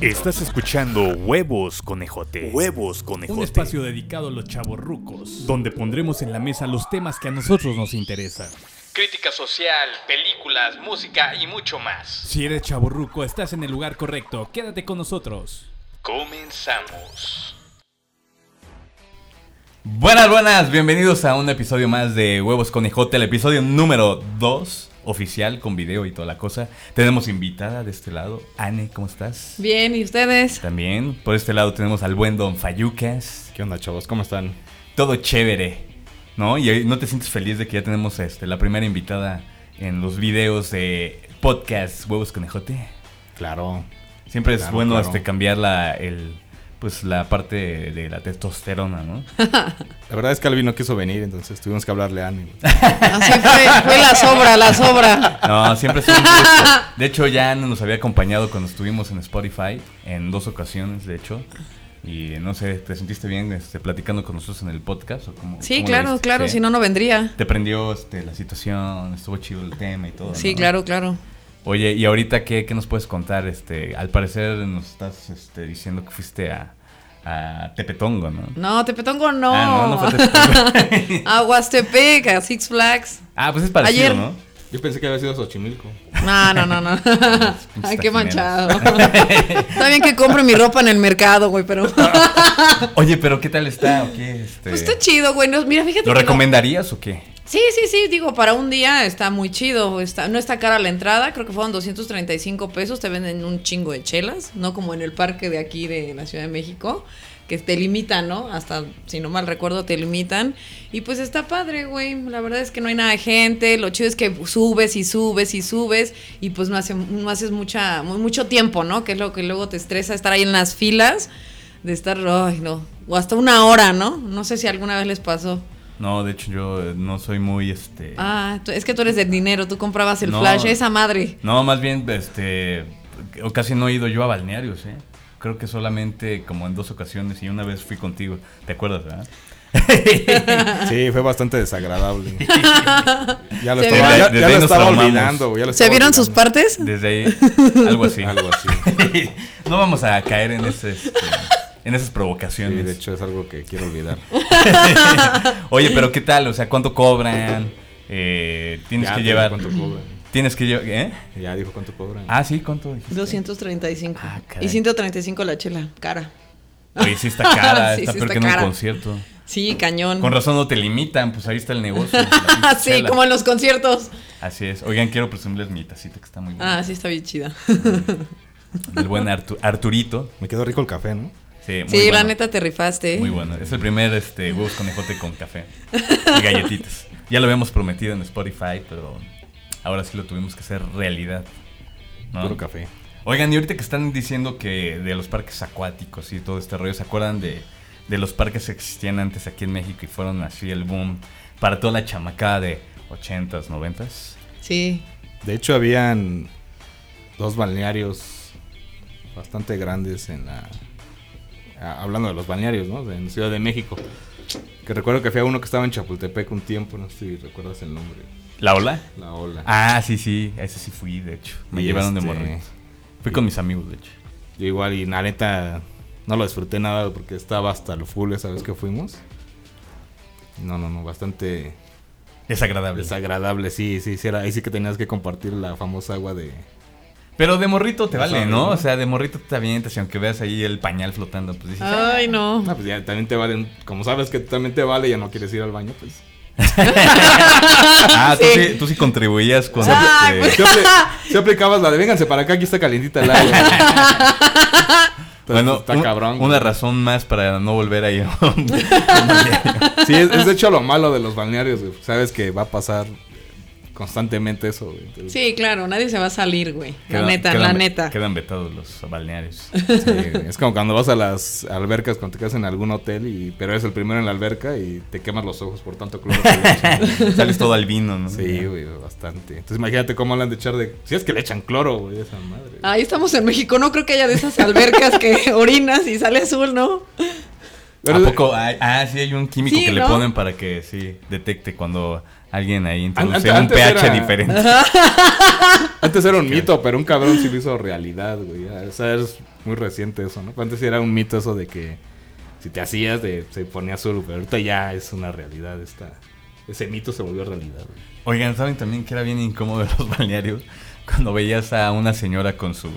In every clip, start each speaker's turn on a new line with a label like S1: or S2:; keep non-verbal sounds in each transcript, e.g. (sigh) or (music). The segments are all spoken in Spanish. S1: Estás escuchando Huevos Conejote. Huevos Conejote.
S2: Un espacio dedicado a los chavos rucos, Este donde pondremos en la mesa los temas que a nosotros nos interesan.
S3: Crítica social, películas, música y mucho más.
S2: Si eres chavo ruco, estás en el lugar correcto. Quédate con nosotros.
S3: Comenzamos.
S4: Buenas, buenas, bienvenidos a un episodio más de Huevos Conejote, el episodio número 2, oficial, con video y toda la cosa. Tenemos invitada de este lado, Anne, ¿cómo estás?
S5: Bien, ¿y ustedes?
S4: También, por este lado tenemos al buen Don Fayucas,
S6: ¿Qué onda, chavos? ¿Cómo están?
S4: todo chévere, ¿no? Y ahí, no te sientes feliz de que ya tenemos este, la primera invitada en los videos de podcast Huevos Conejote.
S6: Claro.
S4: Siempre es
S6: Claro,
S4: bueno
S6: claro.
S4: este, cambiar la, el, pues, la parte de la testosterona, ¿no?
S6: La verdad es que Alvin no quiso venir, entonces tuvimos que hablarle a Annie.
S5: Así Ah, fue, fue la sobra, la sobra.
S4: No, siempre es un
S6: (laughs)
S4: gusto. De hecho, ya nos había acompañado cuando estuvimos en Spotify, en dos ocasiones, de hecho. Y no sé, ¿te sentiste bien este, platicando con nosotros en el podcast? ¿O cómo-
S5: Sí,
S4: cómo lo
S5: claro,
S4: viste?
S5: claro,
S4: Sí.
S5: si no, no vendría.
S4: Te prendió este, la situación, estuvo chido el tema y todo.
S5: Sí,
S4: ¿no?
S5: claro, claro.
S4: Oye, ¿y ahorita qué, qué nos puedes contar? Este, al parecer nos estás este, diciendo que fuiste a, a Tepetongo, ¿no?
S5: No, Tepetongo no.
S4: Ah, no, no fue
S5: (laughs)
S4: Tepetongo.
S5: A Huastepec, a Six Flags.
S4: ah, pues es parecido,
S5: Ayer-
S4: ¿no?
S6: (laughs) Yo pensé que había sido Xochimilco.
S5: No,
S4: (laughs)
S5: no, no, no. Ay, qué
S4: tajineras.
S5: manchado. Está bien que compre mi ropa en el mercado, güey, pero.
S4: Oye, pero ¿qué tal está? ¿O qué, este,
S5: Pues (laughs) está chido, güey. No, mira, fíjate.
S4: ¿Lo
S5: que no-
S4: recomendarías o qué?
S5: Sí, sí, sí, digo, para un día está muy chido. Está, no está cara la entrada, creo que fueron 235 pesos. Te venden un chingo de chelas, no como en el parque de aquí de la Ciudad de México, que te limitan, ¿no? Hasta, si no mal recuerdo, te limitan. Y pues está padre, güey. La verdad es que no hay nada de gente. Lo chido es que subes y subes y subes. Y pues no, hace, no haces mucha, mu- mucho tiempo, ¿no? Que es lo que luego te estresa estar ahí en las filas, de estar, ay, no. O hasta una hora, ¿no? No sé si alguna vez les pasó.
S4: No, de hecho yo eh, no soy muy este.
S5: Ah, tú- es que tú eres del dinero, tú comprabas el
S4: No.
S5: flash, esa madre.
S4: No, más bien este o casi no he ido yo a balnearios, ¿eh? Creo que solamente como en dos ocasiones y una vez fui contigo. ¿Te acuerdas, verdad?
S6: Sí, fue bastante (laughs) desagradable. Ya lo
S5: Se
S6: estaba,
S5: vieron-
S6: ya- ya
S4: Desde
S6: lo
S4: ahí nos
S6: estaba
S4: traumamos.
S6: olvidando. güey, ya lo
S4: Pues
S5: ¿Se
S6: estaba
S5: vieron sus
S6: olvidando.
S5: partes?
S4: Desde ahí algo así.
S6: (laughs) Algo
S5: (laughs)
S6: así.
S4: (laughs) no vamos a caer en ese, este, en esas
S6: Sí,
S4: provocaciones.
S6: de hecho es algo que quiero olvidar.
S4: Oye, pero ¿qué tal? O sea, ¿cuánto cobran? Eh, tienes
S6: Ya
S4: que
S6: dijo
S4: llevar
S6: ¿Cuánto cobran?
S4: Tienes que llevar, ¿eh?
S6: Ya dijo cuánto cobran.
S4: Ah, sí, ¿cuánto? dijiste?
S5: 235.
S4: Ah, caray.
S5: y 135 la chela, cara.
S4: Oye, sí está cara,
S5: (laughs) Sí,
S4: está
S5: sí
S4: peor
S5: está
S4: que en un
S5: cara.
S4: concierto.
S5: Sí, cañón. (laughs) Ah,
S4: Con razón no te limitan, pues ahí está el negocio. la pinche
S5: sí,
S4: chela.
S5: como en los conciertos.
S4: Así es. Oigan, quiero presumirles mi tacita que está muy buena.
S5: Ah, sí, está bien chida.
S4: El buen Artu- Arturito.
S6: Me quedó rico el café, ¿no?
S4: Sí, muy
S5: Sí,
S4: bueno.
S5: la neta te rifaste. ¿eh?
S4: Muy bueno. Es el primer este, huevos conejote con café y galletitas. Ya lo habíamos prometido en Spotify, pero ahora sí lo tuvimos que hacer realidad.
S5: Ah.
S4: ¿no?
S6: Puro café.
S4: Oigan, y ahorita que están diciendo que de los parques acuáticos y todo este rollo, ¿se acuerdan de, de los parques que existían antes aquí en México y fueron así el boom para toda la chamacada de 80s, 90s?
S5: Sí.
S6: De hecho, habían dos balnearios bastante grandes en la. a- Hablando de los balnearios, ¿no? En Ciudad de México. Que recuerdo que fui a uno que estaba en Chapultepec un tiempo, no sé si recuerdas el nombre.
S4: ¿La ola?
S6: La ola.
S4: Ah, sí, sí, a ese sí fui, de hecho. Me
S6: Y
S4: llevaron de
S6: este-
S4: morrito. Fui con mis amigos, de hecho.
S6: Yo igual, y la neta, no lo disfruté nada porque estaba hasta el full esa vez que fuimos. No, no, no, bastante
S4: Desagradable.
S6: desagradable, sí, sí, sí, era, ahí sí que tenías que compartir la famosa agua de...
S4: Pero de morrito te
S6: Ya
S4: vale,
S6: sabes,
S4: ¿no?
S6: ¿no?
S4: O sea, de morrito te avientas y aunque veas ahí el pañal flotando, pues dices,
S5: Ay, no.
S6: No, pues ya también te valen, como sabes que también te vale, ya no quieres ir al baño, pues...
S4: ah, tú,
S5: Sí. Ah, pues,
S4: sí, tú sí contribuías cuando...
S5: Ay,
S4: este,
S6: Si,
S4: (laughs)
S6: apli- si aplicabas la de vénganse para acá, aquí está calientita el agua.
S4: Bueno,
S6: está
S4: un-
S6: cabrón.
S4: una razón más para no volver a (laughs) ir.
S6: Sí, es, es de hecho lo malo de los balnearios, güey. Sabes que va a pasar constantemente eso, güey. Entonces,
S5: Sí, claro, nadie se va a salir, güey. La
S4: Quedan-
S5: neta, la
S4: quedan-
S5: neta.
S4: Quedan vetados los
S5: (laughs)
S4: balnearios.
S6: Sí, es como cuando vas a las albercas cuando te quedas en algún hotel y pero eres el primero en la alberca y te quemas los ojos por tanto cloro. que le
S4: (laughs)
S6: echan.
S4: Sales todo al vino, ¿no?
S6: sí, güey, bastante. Entonces imagínate cómo le han de echar de si es que le echan cloro, güey, esa madre.
S4: Ah,
S5: Ahí estamos en México, no creo que haya de esas albercas
S4: (laughs)
S5: que orinas y sale azul, ¿no?
S4: ¿A
S6: Pero-
S4: poco? hay- ah, sí, hay un químico
S5: Sí,
S4: que le
S5: ¿no?
S4: ponen para que sí detecte cuando Alguien ahí introduce
S6: antes-
S4: un
S6: antes
S4: pH
S6: era-
S4: diferente.
S6: Antes era un mito, pero un cabrón sí lo hizo realidad, güey. O sea, es muy reciente eso, ¿no? Antes sí era un mito eso de que si te hacías, de, se ponía azul, pero ahorita ya es una realidad. Esta, ese mito se volvió realidad, güey.
S4: Oigan, ¿saben también que era bien incómodo en los balnearios? Cuando veías a una señora con sus...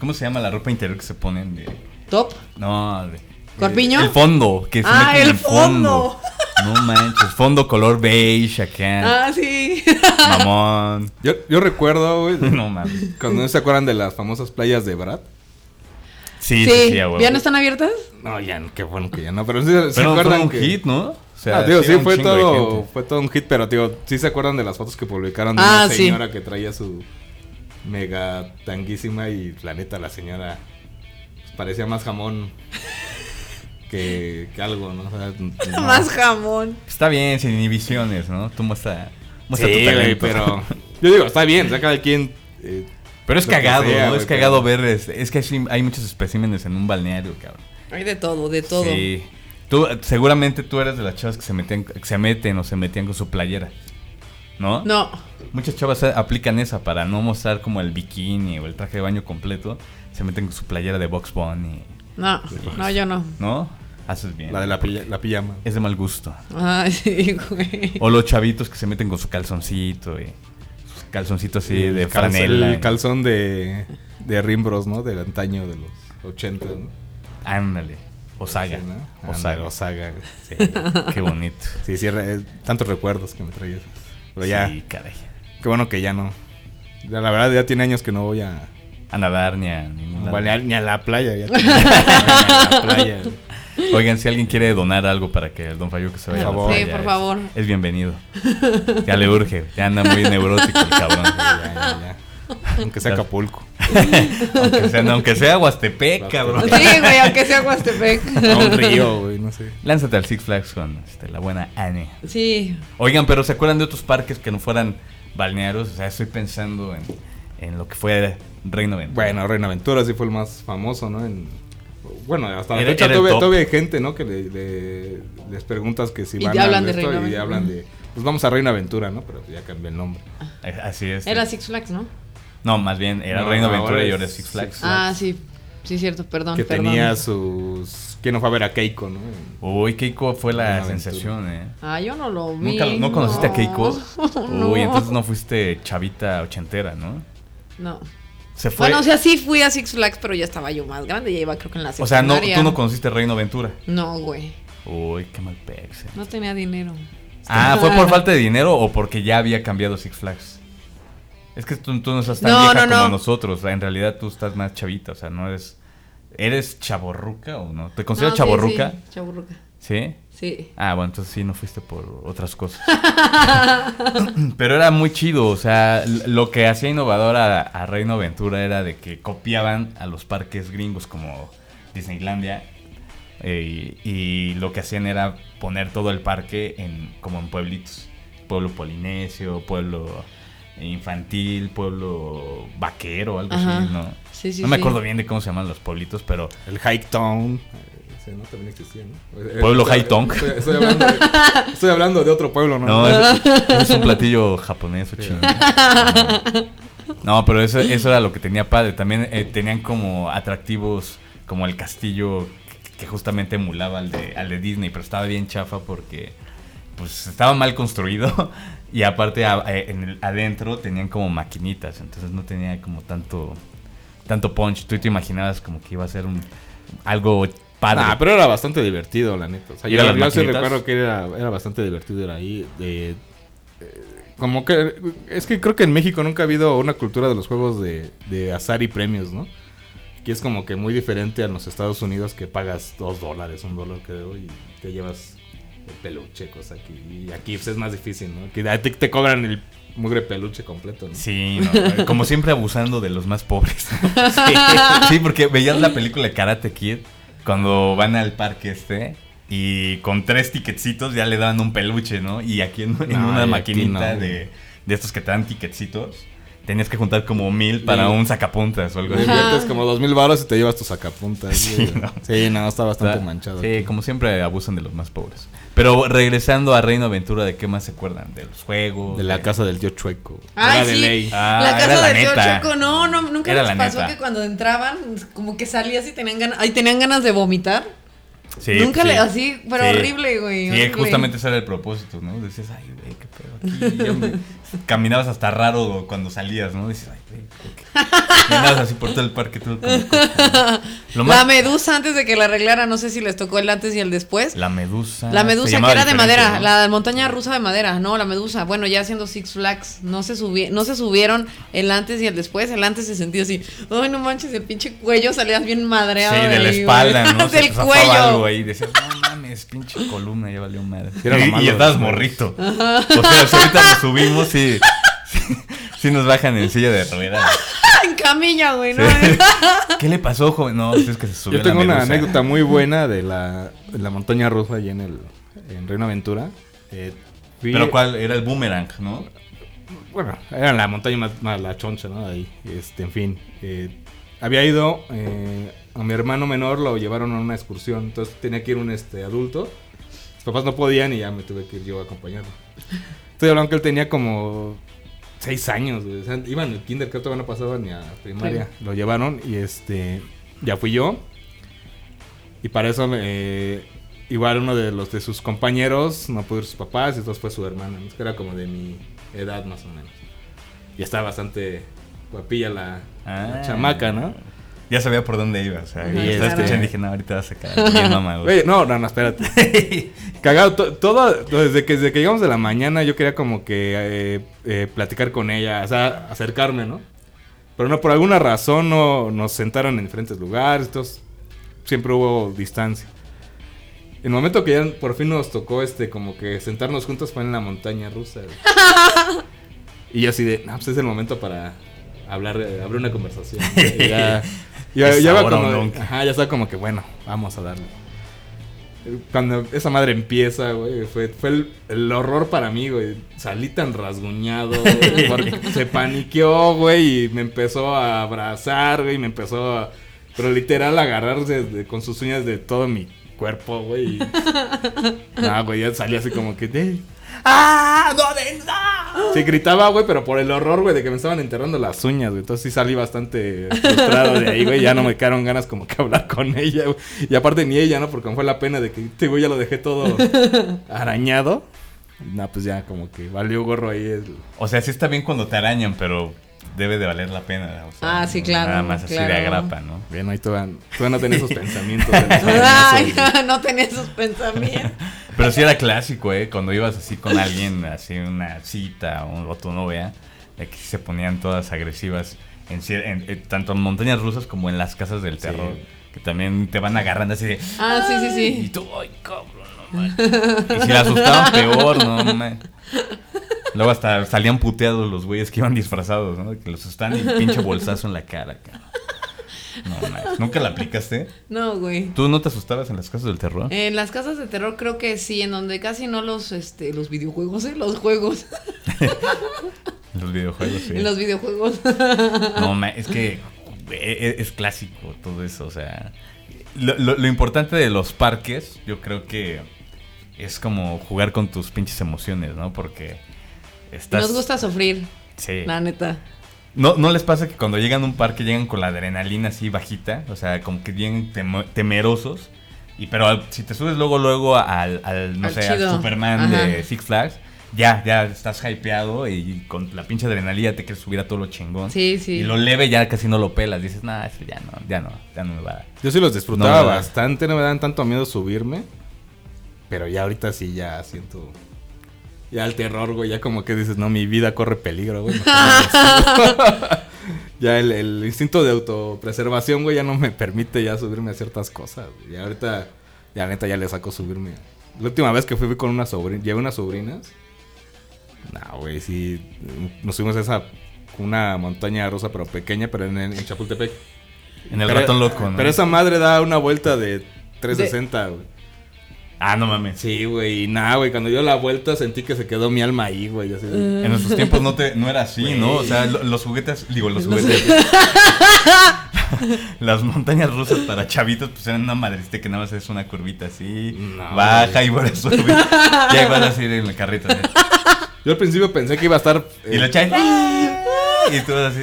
S4: ¿Cómo se llama la ropa interior que se ponen de...?
S5: Top.
S4: No, de...
S5: ¿Corpiño?
S4: El fondo. Que se
S5: Ah,
S4: meten
S5: el
S4: en No manches, fondo color beige acá.
S5: Ah, sí.
S4: Mamón. (laughs)
S6: Yo, yo recuerdo, (laughs) güey, de-
S4: No mames.
S6: cuando no se acuerdan de las famosas playas de Brad.
S4: Sí, sí,
S5: (laughs) Sí.
S4: sí, a huevo.
S5: ¿Ya no están abiertas?
S6: No, ya, qué bueno que ya no, pero sí se
S4: Pero fue
S6: acuerdan
S4: un
S6: que...
S4: hit, ¿no? O
S6: Ah, digo, sí,
S4: era un
S6: fue
S4: chingo de
S6: todo,
S4: gente.
S6: fue todo un hit, pero digo, sí se acuerdan de las fotos que publicaron de
S5: Ah,
S6: una
S5: sí.
S6: señora que traía su mega tanguísima y la neta la señora pues, parecía más jamón que, que algo, ¿no?
S5: (laughs)
S6: O sea, no.
S5: Más jamón.
S4: Está bien, sin inhibiciones, ¿no? Tú muestra,
S6: Sí,
S4: muestra tu
S6: güey,
S4: talento.
S6: pero yo digo, está bien, o sea, cada quien eh,
S4: Pero es
S6: Lo que
S4: cagado,
S6: sea,
S4: ¿no?
S6: güey,
S4: Es cagado
S6: pero-
S4: ver. este- Es que sí hay muchos especímenes en un balneario, cabrón.
S5: Hay de todo, de todo.
S4: Sí. Tú, eh, seguramente tú eras de las chavas que se, metían, que se meten o se metían con su playera. ¿No?
S5: No.
S4: Muchas chavas eh, aplican esa para no mostrar como el bikini o el traje de baño completo. Se meten con su playera de Box Bunny.
S5: No, no, yo no.
S4: ¿No? Haces bien.
S6: la de la, pilla- la pijama.
S4: Es de mal gusto.
S5: Ay, sí, güey.
S4: O los chavitos que se meten con su calzoncito. Y sus calzoncitos así de
S6: El calzón-
S4: franela.
S6: El calzón de, de Rimbros, ¿no? Del antaño de los 80, ¿no?
S4: Ándale. O saga.
S6: Sí, ¿no?
S4: O
S6: Ándale,
S4: saga.
S6: Osaga. Sí. (laughs)
S4: Qué bonito.
S6: Sí, sí, re- eh, tantos recuerdos que me traías. Pero ya,
S4: Sí, caray.
S6: qué bueno que ya no. Ya, la verdad, ya tiene años que no voy a
S4: A nadar ni a ningún lado.
S6: balnear ni a la playa. (laughs) ya tiene años que no voy a la playa.
S4: Oigan, si alguien quiere donar algo para que el don Fayuca se vaya a
S6: Por
S4: la
S6: favor.
S4: playa,
S5: Sí, por
S4: es-
S5: favor.
S4: Es,
S5: (laughs)
S4: bienvenido. Ya le urge. Ya anda muy neurótico el cabrón.
S6: (laughs) Ya, ya, ya. Aunque sea Acapulco.
S4: (laughs) Aunque sea, aunque sea Huastepec, cabrón.
S5: Sí, güey, aunque sea Huastepec.
S6: (laughs) A un río, güey, no sé.
S4: (laughs) Lánzate al Six Flags con este, la buena Anne.
S5: Sí.
S4: Oigan, pero ¿se acuerdan de otros parques que no fueran balnearios? O sea, estoy pensando en, en lo que fue Reino Verde.
S6: Bueno, Reino Aventura sí fue el más famoso, ¿no? En- bueno, hasta la
S4: Era-
S6: fecha
S4: era el
S6: todavía,
S4: top.
S6: todavía hay gente, ¿no? Que le, le- les preguntas que si
S5: Y
S6: van
S5: te
S6: a
S5: hablan de
S6: esto
S5: Reino
S6: y
S5: Aventura.
S6: hablan de... Pues vamos a Reino Aventura, ¿no? Pero ya cambió el nombre.
S4: Eh, Así es.
S5: Era Six Flags, ¿no?
S4: No, más bien era
S6: No,
S4: Reino
S6: ahora
S4: Aventura y
S6: es
S4: ahora es Six Flags.
S6: Six
S5: Ah, sí. Sí, cierto, perdón.
S6: que
S5: Ah, perdón.
S6: tenía sus... Que no fue a ver a Keiko, ¿no?
S4: Ah. Uy, Keiko fue la
S6: Reino Aventura.
S4: sensación, ¿eh?
S5: Ah, yo no lo vi.
S4: ¿Nunca, ¿No conociste a Keiko?
S5: (laughs) No.
S4: Uy, entonces no fuiste chavita ochentera, ¿no?
S5: No.
S4: Se fue.
S5: Bueno, o sea, sí fui a Six Flags, pero ya estaba yo más grande. Ya iba, creo que en la
S4: O sea, no,
S5: secundaria.
S4: tú no conociste Reino Aventura.
S5: No, güey.
S4: Uy, qué mal pex. eh.
S5: No tenía dinero.
S4: Ah, ¿fue por falta de dinero o porque ya había cambiado Six Flags? Es que tú, tú no estás tan
S5: No,
S4: vieja
S5: no,
S4: como
S5: no.
S4: nosotros. o sea, En realidad tú estás más chavita, o sea, no eres. ¿Eres chaborruca o no? ¿Te
S5: ¿Considero
S4: consideras chaborruca?
S5: Sí, chaborruca.
S4: ¿Sí?
S5: Sí.
S4: Ah, bueno, entonces sí, no fuiste por otras
S5: (laughs)
S4: cosas. (clears throat) Pero era muy chido, o sea, l- lo que hacía innovador a, a Reino Aventura era de que copiaban a los parques gringos como Disneylandia eh, y, y lo que hacían era poner todo el parque en como en pueblitos. Pueblo polinesio, pueblo infantil, pueblo vaquero, algo
S5: Ajá.
S4: así, ¿no?
S5: Sí, sí,
S4: no me
S5: sí.
S4: acuerdo bien de cómo se llaman los pueblitos, pero
S6: El Hike Town. eh, Ese no también existía, ¿no? Eh,
S4: Pueblo
S6: estoy-
S4: High Town.
S6: Estoy, estoy hablando de, estoy hablando de otro pueblo, ¿no?
S4: No, es, es un platillo japonés o chino. No, pero eso, eso era lo que tenía padre. También eh, tenían como atractivos como el castillo que- que justamente emulaba al de, al de Disney, pero estaba bien chafa porque pues estaba mal construido (laughs) y aparte a- eh, en el- adentro tenían como maquinitas, entonces no tenía como tanto tanto punch. Tú te imaginabas como que iba a ser un algo padre.
S6: Ah, pero era bastante divertido, la neta. O sea,
S4: ¿Ir a
S6: yo,
S4: las
S6: yo sí
S4: maquinitas?
S6: recuerdo que era, era bastante divertido ir ahí. de- eh, como que. Es que creo que en México nunca ha habido una cultura de los juegos de, de azar y premios, ¿no? Que es como que muy diferente a los Estados Unidos que pagas dos dólares, un dólar creo, y te llevas el peluche, cosa que. Y aquí pues, es más difícil, ¿no? Que a ti te cobran el mugre peluche completo, ¿no?
S4: Sí, no, como siempre abusando de los más pobres. Sí, porque veías la película Karate Kid cuando van al parque este y con tres tiquetcitos ya le daban un peluche, ¿no? Y aquí en, en
S6: No, y
S4: una
S6: aquí
S4: maquinita
S6: no.
S4: de, de estos que te dan tiquetcitos, tenías que juntar como mil para
S6: Mil.
S4: un sacapuntas o algo
S6: Le
S4: así.
S6: inviertes como dos mil baros y te llevas tus sacapuntas.
S4: Sí,
S6: güey.
S4: no.
S6: Sí, no, está bastante
S4: Está-
S6: manchado.
S4: Sí, como siempre abusan de los más pobres. Pero regresando a Reino Aventura, ¿de qué más se acuerdan? De los juegos.
S6: De la casa del tío chueco.
S5: Ay,
S6: Era de
S5: sí.
S6: ley.
S4: Ah,
S5: la
S4: era
S5: casa
S4: la
S5: del tío
S4: neta.
S5: Choco, no, no, nunca
S4: Era
S5: les
S4: la
S5: pasó
S4: neta.
S5: que cuando entraban, como que salías y tenían ganas, ay, tenían ganas de vomitar.
S4: Sí, pues
S5: nunca
S4: sí.
S5: le, así, pero
S4: Sí.
S5: horrible, güey.
S4: Sí,
S5: horrible.
S4: justamente ese era el propósito, ¿no? Decías, ay, güey, qué pedo aquí. Ya me- (laughs) Caminabas hasta raro cuando salías, ¿no? Dices, ay, güey, ¿por qué?". Caminabas así por todo el parque, todo el
S5: (laughs)
S4: Lo más-
S5: La medusa antes de que la arreglara, no sé si les tocó el antes y el después.
S4: La medusa.
S5: La
S4: se
S5: medusa, que
S4: llamaba
S5: era de
S4: diferente,
S5: madera,
S4: ¿no?
S5: la montaña rusa de madera, no, la medusa. Bueno, ya haciendo Six Flags, no se, subi- no se subieron el antes y el después. El antes se sentía así, ay, no manches, el pinche cuello salías bien madreado.
S4: Sí, de la
S5: ahí, güey".
S4: espalda,
S5: (laughs)
S4: ¿no? Se
S5: Del
S4: te zafaba algo
S5: cuello.
S4: ahí. Decías, no mames, pinche columna, ya valió madre.
S6: Era lo
S4: Y-
S6: malo
S4: y
S6: de
S4: estabas
S6: los
S4: morrito. O sea, si ahorita nos subimos (laughs) y. Si nos bajan en silla de ruedas.
S5: En camilla, güey, ¿no?
S4: (laughs) Sí. ¿Qué le pasó, joven? No, pues es que se subió
S6: Yo tengo
S4: la
S6: una
S4: medusa.
S6: anécdota muy buena de la, de la montaña rusa allí en el en Reino Aventura. Eh, fui-
S4: Pero cuál era el boomerang, ¿no?
S6: Bueno, era la montaña más, más la choncha, ¿no? Ahí, este, en fin. eh, había ido, eh, a mi hermano menor lo llevaron a una excursión, entonces tenía que ir un este, adulto. Mis papás no podían y ya me tuve que ir yo a acompañarlo. Estoy hablando que él tenía como seis años, güey, O sea, iban al kinder, que todavía no pasaba ni a primaria. Lo llevaron y este, ya fui yo. Y para eso, eh, igual uno de los de sus compañeros, no pudo ir sus papás, y entonces fue su hermana, ¿no? que era como de mi edad más o menos. Y está bastante guapilla la, la
S4: Ah.
S6: chamaca, ¿no?
S4: Ya sabía por dónde iba. O sea,
S5: Ajá,
S4: yo estaba
S5: claro.
S4: escuchando y dije, no, ahorita vas a caer. Bien, mamá,
S6: Oye, no, no, no, espérate. Cagado, to- todo, desde que, desde que llegamos de la mañana yo quería como que eh, eh, platicar con ella, o sea, acercarme, ¿no? Pero no, por alguna razón no nos sentaron en diferentes lugares, entonces siempre hubo distancia. En el momento que ya por fin nos tocó este como que sentarnos juntos fue en la montaña rusa. güey. y yo así de, no, pues es el momento para hablar, eh, abrir
S4: (laughs)
S6: una conversación. ¿no? Y ya, ya,
S4: Es
S6: ya va
S4: ahora o
S6: como,
S4: nunca.
S6: ajá, ya estaba como que bueno, vamos a darle. Cuando esa madre empieza, güey, fue, fue el, el horror para mí, güey. Salí tan rasguñado,
S4: (laughs)
S6: güey, porque se paniqueó, güey, y me empezó a abrazar, güey, y me empezó a... Pero literal a agarrarse de- con sus uñas de todo mi cuerpo, güey.
S4: (laughs)
S6: y- No, güey, ya salí así como que... "Ey".
S4: ¡Ah! ¡No, de- no!
S6: Sí, gritaba, güey, pero por el horror, güey, de que me estaban enterrando las uñas, güey. Entonces sí salí bastante frustrado de ahí, güey. Ya no me quedaron ganas como que hablar con ella, güey. Y aparte ni ella, ¿no? Porque me fue la pena de que, este güey, ya lo dejé todo arañado. No, pues ya como que valió gorro ahí. el-
S4: (laughs) O sea, sí está bien cuando te arañan, pero debe de valer la pena. o sea,
S5: Ah, sí, claro,
S4: Nada más así de
S5: claro.
S4: agrapa, ¿no?
S6: Bueno, ahí todavía, todavía no tenía esos pensamientos.
S5: (laughs)
S6: de los
S5: Ay,
S6: arañazos,
S5: (laughs) no tenía esos pensamientos.
S4: (laughs) Pero sí era clásico, ¿eh? Cuando ibas así con alguien, así una cita o, un- o tu novia, de que sí se ponían todas agresivas, en, cier- en- en- tanto en montañas rusas como en las casas del terror, que también te van agarrando así de...
S5: Ah, sí, sí,
S4: Y
S5: sí.
S4: tú, ay, cabrón, no manches". Y si la asustaban, peor, no man. Luego hasta salían puteados los güeyes que iban disfrazados, ¿no? Que los asustan y pinche bolsazo en la cara, cabrón. No, man. ¿Nunca la aplicaste?
S5: No, güey.
S4: ¿Tú no te asustabas en las casas del terror?
S5: En las casas de terror creo que sí, en donde casi no los este los videojuegos, ¿eh? los juegos,
S4: En los videojuegos, sí.
S5: en los videojuegos. (laughs)
S4: No, ma- es que e- e- es, clásico todo eso, o sea. Lo, lo- lo importante de los parques, yo creo que es como jugar con tus pinches emociones, ¿no? Porque estás.
S5: Nos gusta sufrir,
S4: Sí.
S5: la neta.
S4: ¿No, ¿No les pasa que cuando llegan a un parque llegan con la adrenalina así bajita? O sea, como que bien temo- temerosos. Y pero al- si te subes luego, luego al, al, no
S5: Al
S4: sé,
S5: chido.
S4: al Superman
S5: Ajá.
S4: de Six Flags, ya, ya estás hypeado y con la pinche adrenalina te quieres subir a todo lo chingón.
S5: Sí, sí.
S4: Y lo leve ya casi no lo pelas. Dices, nah, eso ya no, ya no, ya no me va a dar".
S6: Yo sí los disfrutaba
S4: No, ¿verdad?
S6: bastante, no me dan tanto miedo subirme. Pero ya ahorita sí ya siento. Ya el terror, güey. Ya como que dices, no, mi vida corre peligro, güey. mejor
S4: (laughs)
S6: no me subo". ya el, el instinto de autopreservación, güey, ya no me permite ya subirme a ciertas cosas. güey. Y ahorita, ya neta, ya le saco subirme. La última vez que fui, fui con una sobrina. Llevé unas sobrinas. No, güey, sí. Nos subimos a esa. Una montaña rosa, pero pequeña, pero en, en Chapultepec.
S4: En el
S6: Pero-
S4: ratón loco, ¿no?
S6: Pero esa madre da una vuelta de 360, güey.
S4: Ah, no mames.
S6: Sí, güey. Y nada, güey. Cuando dio la vuelta sentí que se quedó mi alma ahí, güey. Así de-
S4: En nuestros tiempos no, te, no era así, ¿no? O sea, lo- los juguetes, digo, los juguetes. (laughs) Las montañas rusas para chavitos, pues eran una madrecita que nada más es una curvita así,
S6: No,
S4: baja
S6: güey.
S4: y vuelve a subir. Y ahí van a ir en el carrito. así.
S6: Yo al principio pensé que iba a estar. eh,
S4: Y la chava. "Ah", Y tú así.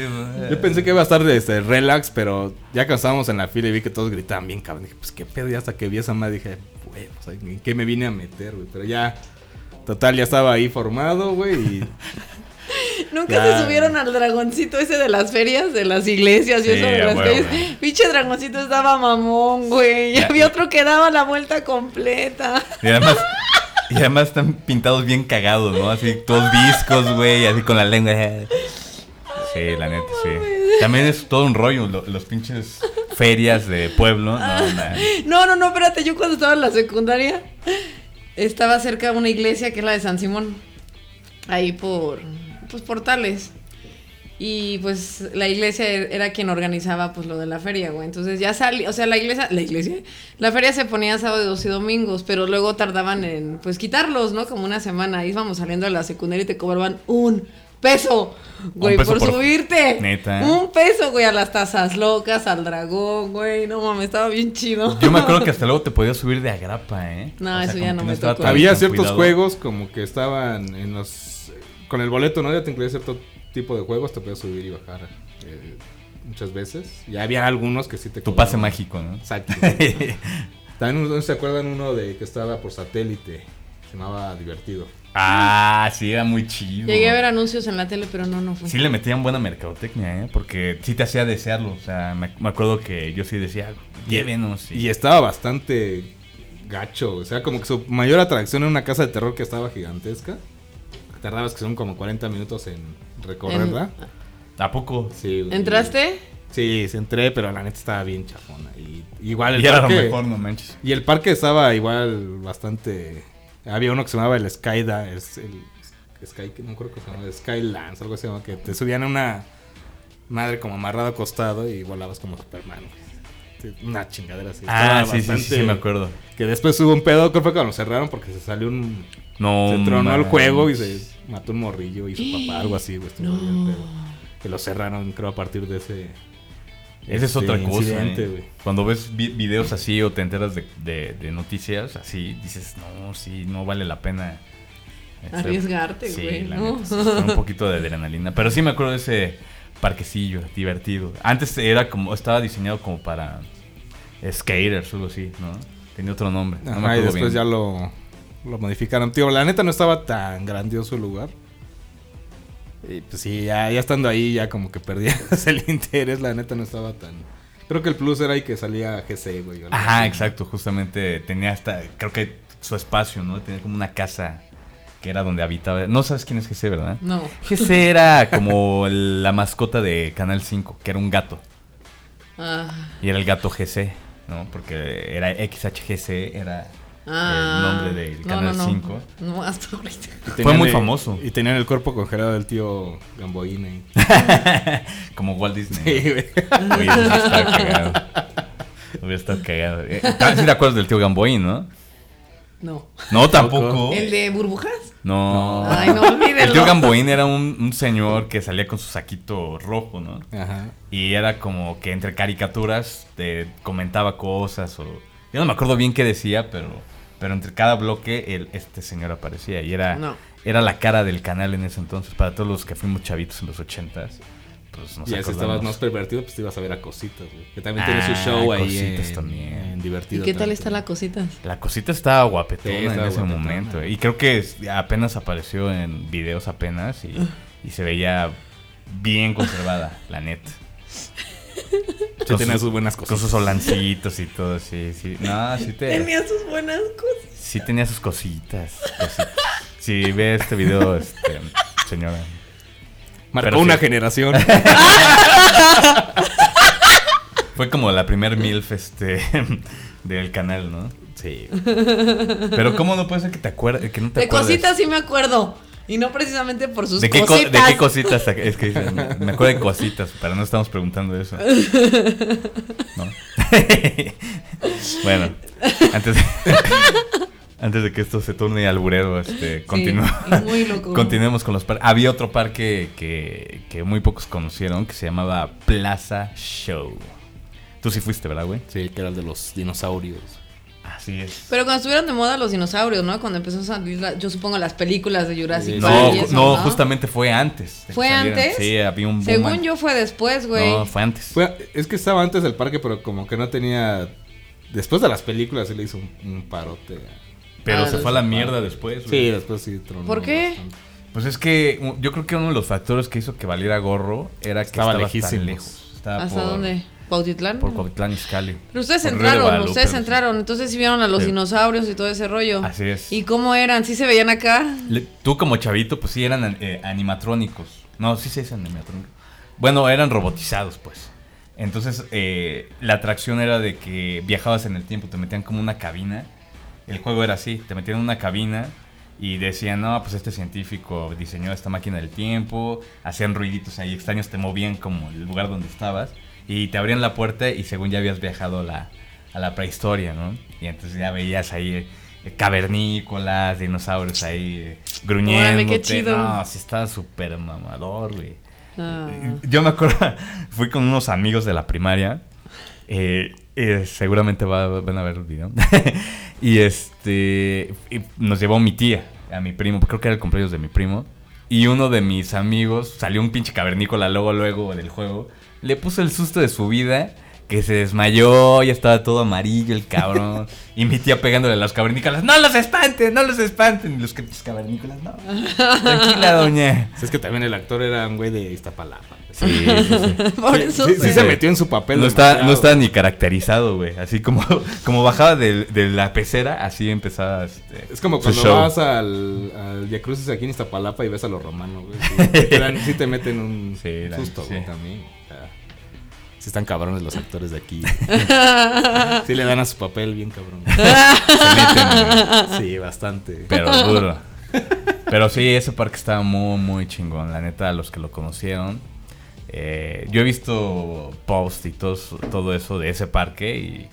S6: Yo pensé que iba a estar este, relax, pero ya cuando estábamos en la fila y vi que todos gritaban bien, cabrón. Dije, pues qué pedo. Y hasta que vi esa madre dije, güey, pues, ay, ¿en qué me vine a meter, güey? Pero ya, total, ya estaba ahí formado, güey. Y
S5: Nunca
S6: Ya.
S5: se subieron al dragoncito ese de las ferias, de las iglesias y
S4: Sí,
S5: eso de
S4: a
S5: las
S4: huevo,
S5: calles.
S4: güey.
S5: Pinche dragoncito estaba mamón, güey. Y
S4: Ya,
S5: había
S4: ya.
S5: otro que daba la vuelta completa.
S4: Y además, y además están pintados bien cagados, ¿no? Así, todos viscos, güey, así con la lengua. ¿eh? Sí, la neta, sí. También es todo un rollo, lo- los pinches ferias de pueblo. No, no.
S5: No, no, no, espérate, yo cuando estaba en la secundaria estaba cerca de una iglesia que es la de San Simón. Ahí por pues portales. Y pues la iglesia er- era quien organizaba pues lo de la feria, güey. Entonces ya salí, o sea, la iglesia, la iglesia, la feria se ponía sábados y domingos, pero luego tardaban en pues quitarlos, ¿no? Como una semana. Ahí íbamos saliendo de la secundaria y te cobraban un peso, güey,
S4: peso
S5: por,
S4: por-
S5: subirte.
S4: Neta.
S5: Un peso, güey, a las tazas locas, al dragón, güey. No mames, estaba bien chido.
S4: Yo me acuerdo que hasta luego te podías subir de agrapa, ¿eh?
S5: No, eso
S4: como
S5: ya
S4: que
S5: no me
S4: estaba
S5: tocó.
S4: tan
S6: había
S4: con
S6: ciertos
S4: cuidado.
S6: juegos como que estaban en los. Con el boleto, ¿no? Ya te incluía cierto tipo de juegos, te podías subir y bajar eh, muchas veces. Y había algunos que sí te.
S4: Tu
S6: cobraban.
S4: pase mágico,
S6: (laughs)
S4: ¿no? (laughs)
S6: Exacto. También no se acuerdan uno de que estaba por satélite. Se llamaba Divertido.
S4: ah, sí, era muy chido.
S5: Llegué a ver anuncios en la tele, pero no, no fue.
S4: Sí le metían buena mercadotecnia, ¿eh? Porque sí te hacía desearlo. O sea, me, me acuerdo que yo sí decía, llévenos.
S6: Y estaba bastante gacho. O sea, como que su mayor atracción era una casa de terror que estaba gigantesca. Tardabas que son como 40 minutos en recorrerla.
S4: ¿A poco?
S6: Sí, güey.
S5: ¿Entraste?
S6: Sí, sí entré, pero la neta estaba bien chafona. Y igual el
S4: Y era lo
S6: parque-
S4: mejor, no manches.
S6: Y el parque estaba igual bastante. Había uno que se llamaba el Skyda. Es el Sky, no me acuerdo cómo se llamaba, Skylance, algo así, ¿no? que te subían a una madre como amarrado acostado y volabas como Superman. güey. Sí, Una chingadera así.
S4: Ah,
S6: Estaba
S4: sí, sí, sí, sí,
S6: bastante-
S4: me acuerdo.
S6: Que después hubo un pedo, creo que cuando lo cerraron porque se salió un.
S4: No,
S6: se tronó el
S4: Oh, mames.
S6: juego y se mató un morrillo y su papá, algo así, güey. estuvo
S5: No.
S6: bien pedo. Que lo cerraron, creo, a partir de ese.
S4: Esa es
S6: este,
S4: otra cosa.
S6: incidente,
S4: ¿eh?
S6: güey.
S4: Cuando ves vi- videos así o te enteras de, de- de noticias así, dices, no, sí, no vale la pena. este,
S5: Arriesgarte, güey,
S4: la
S5: ¿no?
S4: neta, sí, fue un poquito de adrenalina. Pero sí me acuerdo de ese parquecillo divertido. Antes era como, estaba diseñado como para skaters o algo así, ¿no? Tenía otro nombre. No me
S6: Ajá, y
S4: acuerdo
S6: después
S4: bien.
S6: ya lo, lo modificaron. Tío, la neta no estaba tan grandioso el lugar. Y pues sí, ya, ya estando ahí, ya como que perdías (laughs) el interés. La neta no estaba tan. Creo que el plus era ahí que salía GC, güey. o algo
S4: Ajá,
S6: así.
S4: exacto, justamente tenía hasta, creo que su espacio, ¿no? Tenía como una casa que era donde habitaba. No sabes quién es GC, ¿verdad?
S5: (laughs) No.
S4: GC era como la mascota de Canal 5, que era un gato.
S5: Ah,
S4: Y era el gato GC, ¿no? Porque era XHGC, era
S5: ah.
S4: el nombre del
S5: No,
S4: Canal
S5: no, no.
S4: 5.
S5: No, hasta ahorita.
S6: Y tenían
S4: muy
S6: el-
S4: famoso.
S6: Y tenían el cuerpo congelado del tío Gamboín ahí.
S4: como Walt Disney.
S6: (laughs) Sí, güey.
S4: Oye, eso está cagado. Hubiera estado cagado. Eh, ¿Sí te acuerdas del tío Gamboín, no?
S5: No.
S4: No, tampoco.
S5: ¿El de burbujas?
S4: ¿Oh? No.
S5: Ay, no, olvídelo.
S4: El tío Gamboín era un, un señor que salía con su saquito rojo, ¿no?
S6: Ajá.
S4: Y era como que entre caricaturas te comentaba cosas o... Yo no me acuerdo bien qué decía, pero, pero entre cada bloque el, este señor aparecía y era,
S5: No.
S4: era la cara del canal en ese entonces. Para todos los que fuimos chavitos en los ochentas, pues nos
S6: y si estabas
S4: acordamos.
S6: más pervertido, pues te ibas a ver a Cositas, güey. Que también
S4: Ah,
S6: tiene su show ahí.
S4: Cositas
S6: en-
S4: también.
S6: en
S5: ¿Y
S6: divertido.
S5: qué tal
S6: también.
S5: está la cosita?
S4: La cosita estaba guapetona
S6: Sí, estaba
S4: en ese
S6: guapetona.
S4: momento. eh. Y creo que es- apenas apareció en videos apenas y, y se veía bien conservada, la neta.
S6: (laughs) Sí,
S4: Con
S6: tenía
S4: sus-
S6: sus buenas
S4: Con
S6: cosas.
S4: sus olancitos y todo, sí, sí. No, sí
S5: (laughs)
S4: te...
S5: Tenía sus buenas cosas.
S4: Sí tenía sus cositas. cositas. Si ve este video, este, señora.
S6: Marcó
S4: Pero
S6: una
S4: sí.
S6: generación.
S4: Fue como la primer MILF este, (laughs) del canal, ¿no?
S6: sí.
S4: Pero ¿cómo no puede ser que te acuerdes? Que no te
S5: De
S4: acuerdes?
S5: cositas sí me acuerdo. Y no precisamente por sus
S4: ¿De qué, co-
S5: cositas.
S4: de qué cositas? Es que dicen, me acuerdo de cositas, pero no estamos preguntando eso. (laughs) ¿No? bueno, antes de, (laughs) Antes de que esto se torne alburero, este, continúa-
S5: es muy loco.
S4: continuemos con los parques. Había otro parque que, que muy pocos conocieron que se llamaba Plaza Show. Tú (laughs) sí fuiste, ¿verdad, güey?
S6: Sí, que era el de los dinosaurios.
S4: Así es.
S5: Pero cuando estuvieron de moda los dinosaurios, ¿no? Cuando empezó a salir, la- yo supongo, las películas de Jurassic
S6: Sí.
S4: No,
S5: Park.
S6: Sí,
S5: y eso,
S4: no, justamente fue antes. de que
S5: ¿Fue
S4: salieran.
S5: antes?
S4: Sí, había un boom
S5: Según
S4: an-
S5: yo fue después, güey.
S4: No, fue antes.
S6: Fue- es que estaba antes del parque, pero como que no tenía. Después de las películas, sí le hizo un, un parote.
S4: Pero
S5: Ah,
S4: se fue a la mierda después, güey.
S6: Sí, después sí tronó.
S5: ¿Por qué?
S6: bastante.
S4: Pues es que u- yo creo que uno de los factores que hizo que valiera gorro era que
S6: Estaba
S4: estaba,
S6: lejísimos.
S4: tan lejos. Estaba
S5: ¿Hasta
S4: por,
S5: dónde? ¿Cuautitlán?
S4: Por Cuautitlán Izcalli.
S5: Pero ustedes
S4: Por Río de
S5: entraron,
S4: Guadalupe.
S5: ustedes entraron, entonces sí vieron a los
S4: Sí.
S5: dinosaurios y todo ese rollo.
S4: Así es.
S5: ¿Y cómo eran? ¿Sí se veían acá?
S4: Le- tú como chavito, pues sí eran eh, animatrónicos. No, sí se dicen animatrónicos. Bueno, eran robotizados, pues. Entonces, eh, la atracción era de que viajabas en el tiempo, te metían como una cabina. El juego era así, te metían en una cabina y decían, no, pues este científico diseñó esta máquina del tiempo, hacían ruiditos ahí extraños, te movían como el lugar donde estabas y te abrían la puerta y según ya habías viajado a la, a la prehistoria, ¿no? Y entonces ya veías ahí eh, cavernícolas, dinosaurios ahí eh, gruñendo.
S5: Órale, qué chido.
S4: No, sí estaba súper mamador, güey.
S5: Ah.
S4: (laughs) Yo me acuerdo, fui con unos amigos de la primaria. eh, eh, seguramente va- van a ver el video. (laughs) y este. y nos llevó mi tía, a mi primo. Creo que era el cumpleaños de mi primo. Y uno de mis amigos salió un pinche cavernícola luego, luego del juego. Le puso el susto de su vida. Que se desmayó, ya estaba todo amarillo el cabrón. y mi tía pegándole a los cavernícolas. ¡No los espanten! ¡No los espanten! Y los pinches cavernícolas, no. Tranquila,
S6: (laughs)
S4: doña.
S6: Es que también el actor era un güey de Iztapalapa.
S4: Sí, sí, sí.
S5: (laughs) Por eso.
S6: Sí, sí
S5: se-
S6: se metió en su papel.
S4: No está,
S6: demasiado.
S4: no está ni caracterizado, güey. Así como, (laughs) como bajaba del- de, la pecera, así empezaba. este,
S6: Es como
S4: su
S6: cuando
S4: show.
S6: vas al, al Via Crucis aquí en Iztapalapa y ves a los romanos, güey. Sí, te dan- sí te meten (laughs) un
S4: Sí, la-
S6: susto, güey,
S4: sí.
S6: también. O sea, sí están cabrones los actores
S4: (laughs)
S6: de aquí. sí le dan a su papel bien cabrón.
S4: Se meten, güey,
S6: Sí, bastante.
S4: pero duro. Pero sí, ese parque estaba muy, muy chingón. La neta, los que lo conocieron. eh, yo he visto posts y todo, todo eso de ese parque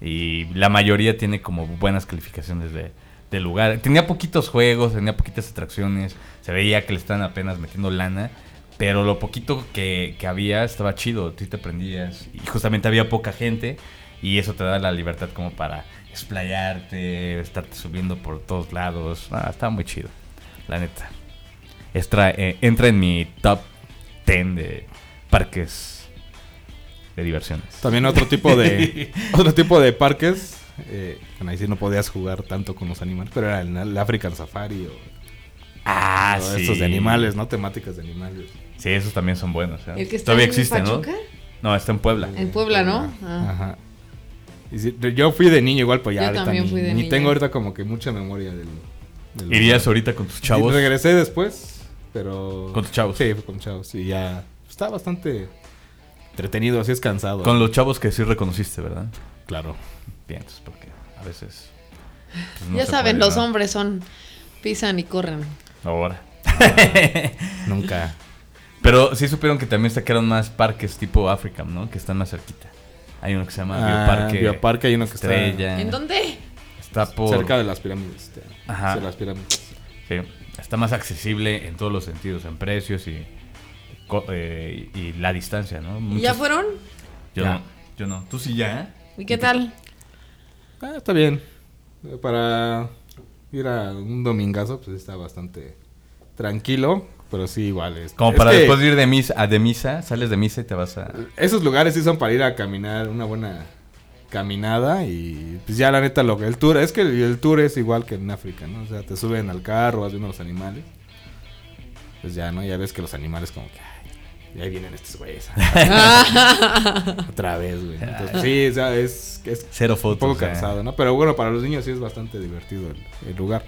S4: y, y la mayoría tiene como buenas calificaciones de, de lugar. Tenía poquitos juegos, tenía poquitas atracciones, se veía que le estaban apenas metiendo lana, pero lo poquito que, que había estaba chido, tú te prendías y justamente había poca gente y eso te da la libertad como para explayarte, estarte subiendo por todos lados. Ah, estaba muy chido, la neta. Extra- eh, entra en mi top 10 de parques de diversiones.
S6: También otro tipo (laughs) de otro tipo de parques. eh, bueno, ahí sí no podías jugar tanto con los animales, pero era el, el African Safari o,
S4: Ah,
S6: o estos de animales, ¿no? Temáticas de animales.
S4: Sí, esos también son buenos. ¿eh?
S5: El que está
S4: Todavía
S5: en
S4: existe, ¿no?
S5: Pachuca?
S4: No, está en Puebla.
S5: En Puebla, ¿no? Ah.
S6: Ajá. Y sí, yo fui de niño igual, pues ya
S5: Yo
S6: ahorita
S5: también
S6: ni,
S5: fui de
S6: ni
S5: niña.
S6: tengo ahorita como que mucha memoria del... del
S4: Irías ahorita con tus chavos.
S6: Y regresé después, pero...
S4: Con tus chavos.
S6: Sí, fue con chavos. Y ya está bastante entretenido, así es cansado.
S4: Con los chavos que sí reconociste, ¿verdad?
S6: Claro.
S4: Bien, pues, porque a veces. pues, no
S5: Ya
S4: se
S5: saben,
S4: puede,
S5: los
S4: ¿no?
S5: hombres son. Pisan y corren.
S4: Ahora.
S5: (laughs)
S4: (laughs)
S6: Nunca.
S4: Pero sí supieron que también sacaron más parques tipo Africa, ¿no? Que están más cerquita. Hay uno que se llama Bioparque.
S6: Ah, Bioparque hay uno que
S4: Estrella.
S5: ¿En dónde?
S4: Está
S6: está
S4: por.
S6: cerca de las pirámides. este,
S4: Ajá.
S6: hacia las pirámides.
S4: Sí, está más accesible en todos los sentidos, en precios y, co- eh, y la distancia, ¿no?
S5: ¿Y
S4: Muchos-
S5: ¿Ya fueron?
S4: Yo
S6: Ya.
S4: no, yo no. ¿Tú sí ya?
S5: ¿Y qué tal?
S6: Ah, está bien. Eh, Para ir a un domingazo, pues está bastante tranquilo, pero sí igual. Es,
S4: Como
S6: es
S4: para
S6: que
S4: después de ir de misa, a de misa, sales de misa y te vas a...
S6: Esos lugares sí son para ir a caminar una buena caminada y pues ya la neta lo que el tour es que el, el tour es igual que en África, ¿no? O sea, te suben al carro, vas viendo los animales. Pues ya, ¿no? Ya ves que los animales como que ay, y ahí vienen estos güeyes.
S4: (laughs) Ah.
S6: Otra vez, güey. Entonces, pues, sí, o sea, es, es
S4: Cero
S6: un
S4: fotos. ¿eh?
S6: poco
S4: o sea.
S6: cansado, ¿no? Pero bueno, para los niños sí es bastante divertido el, el lugar.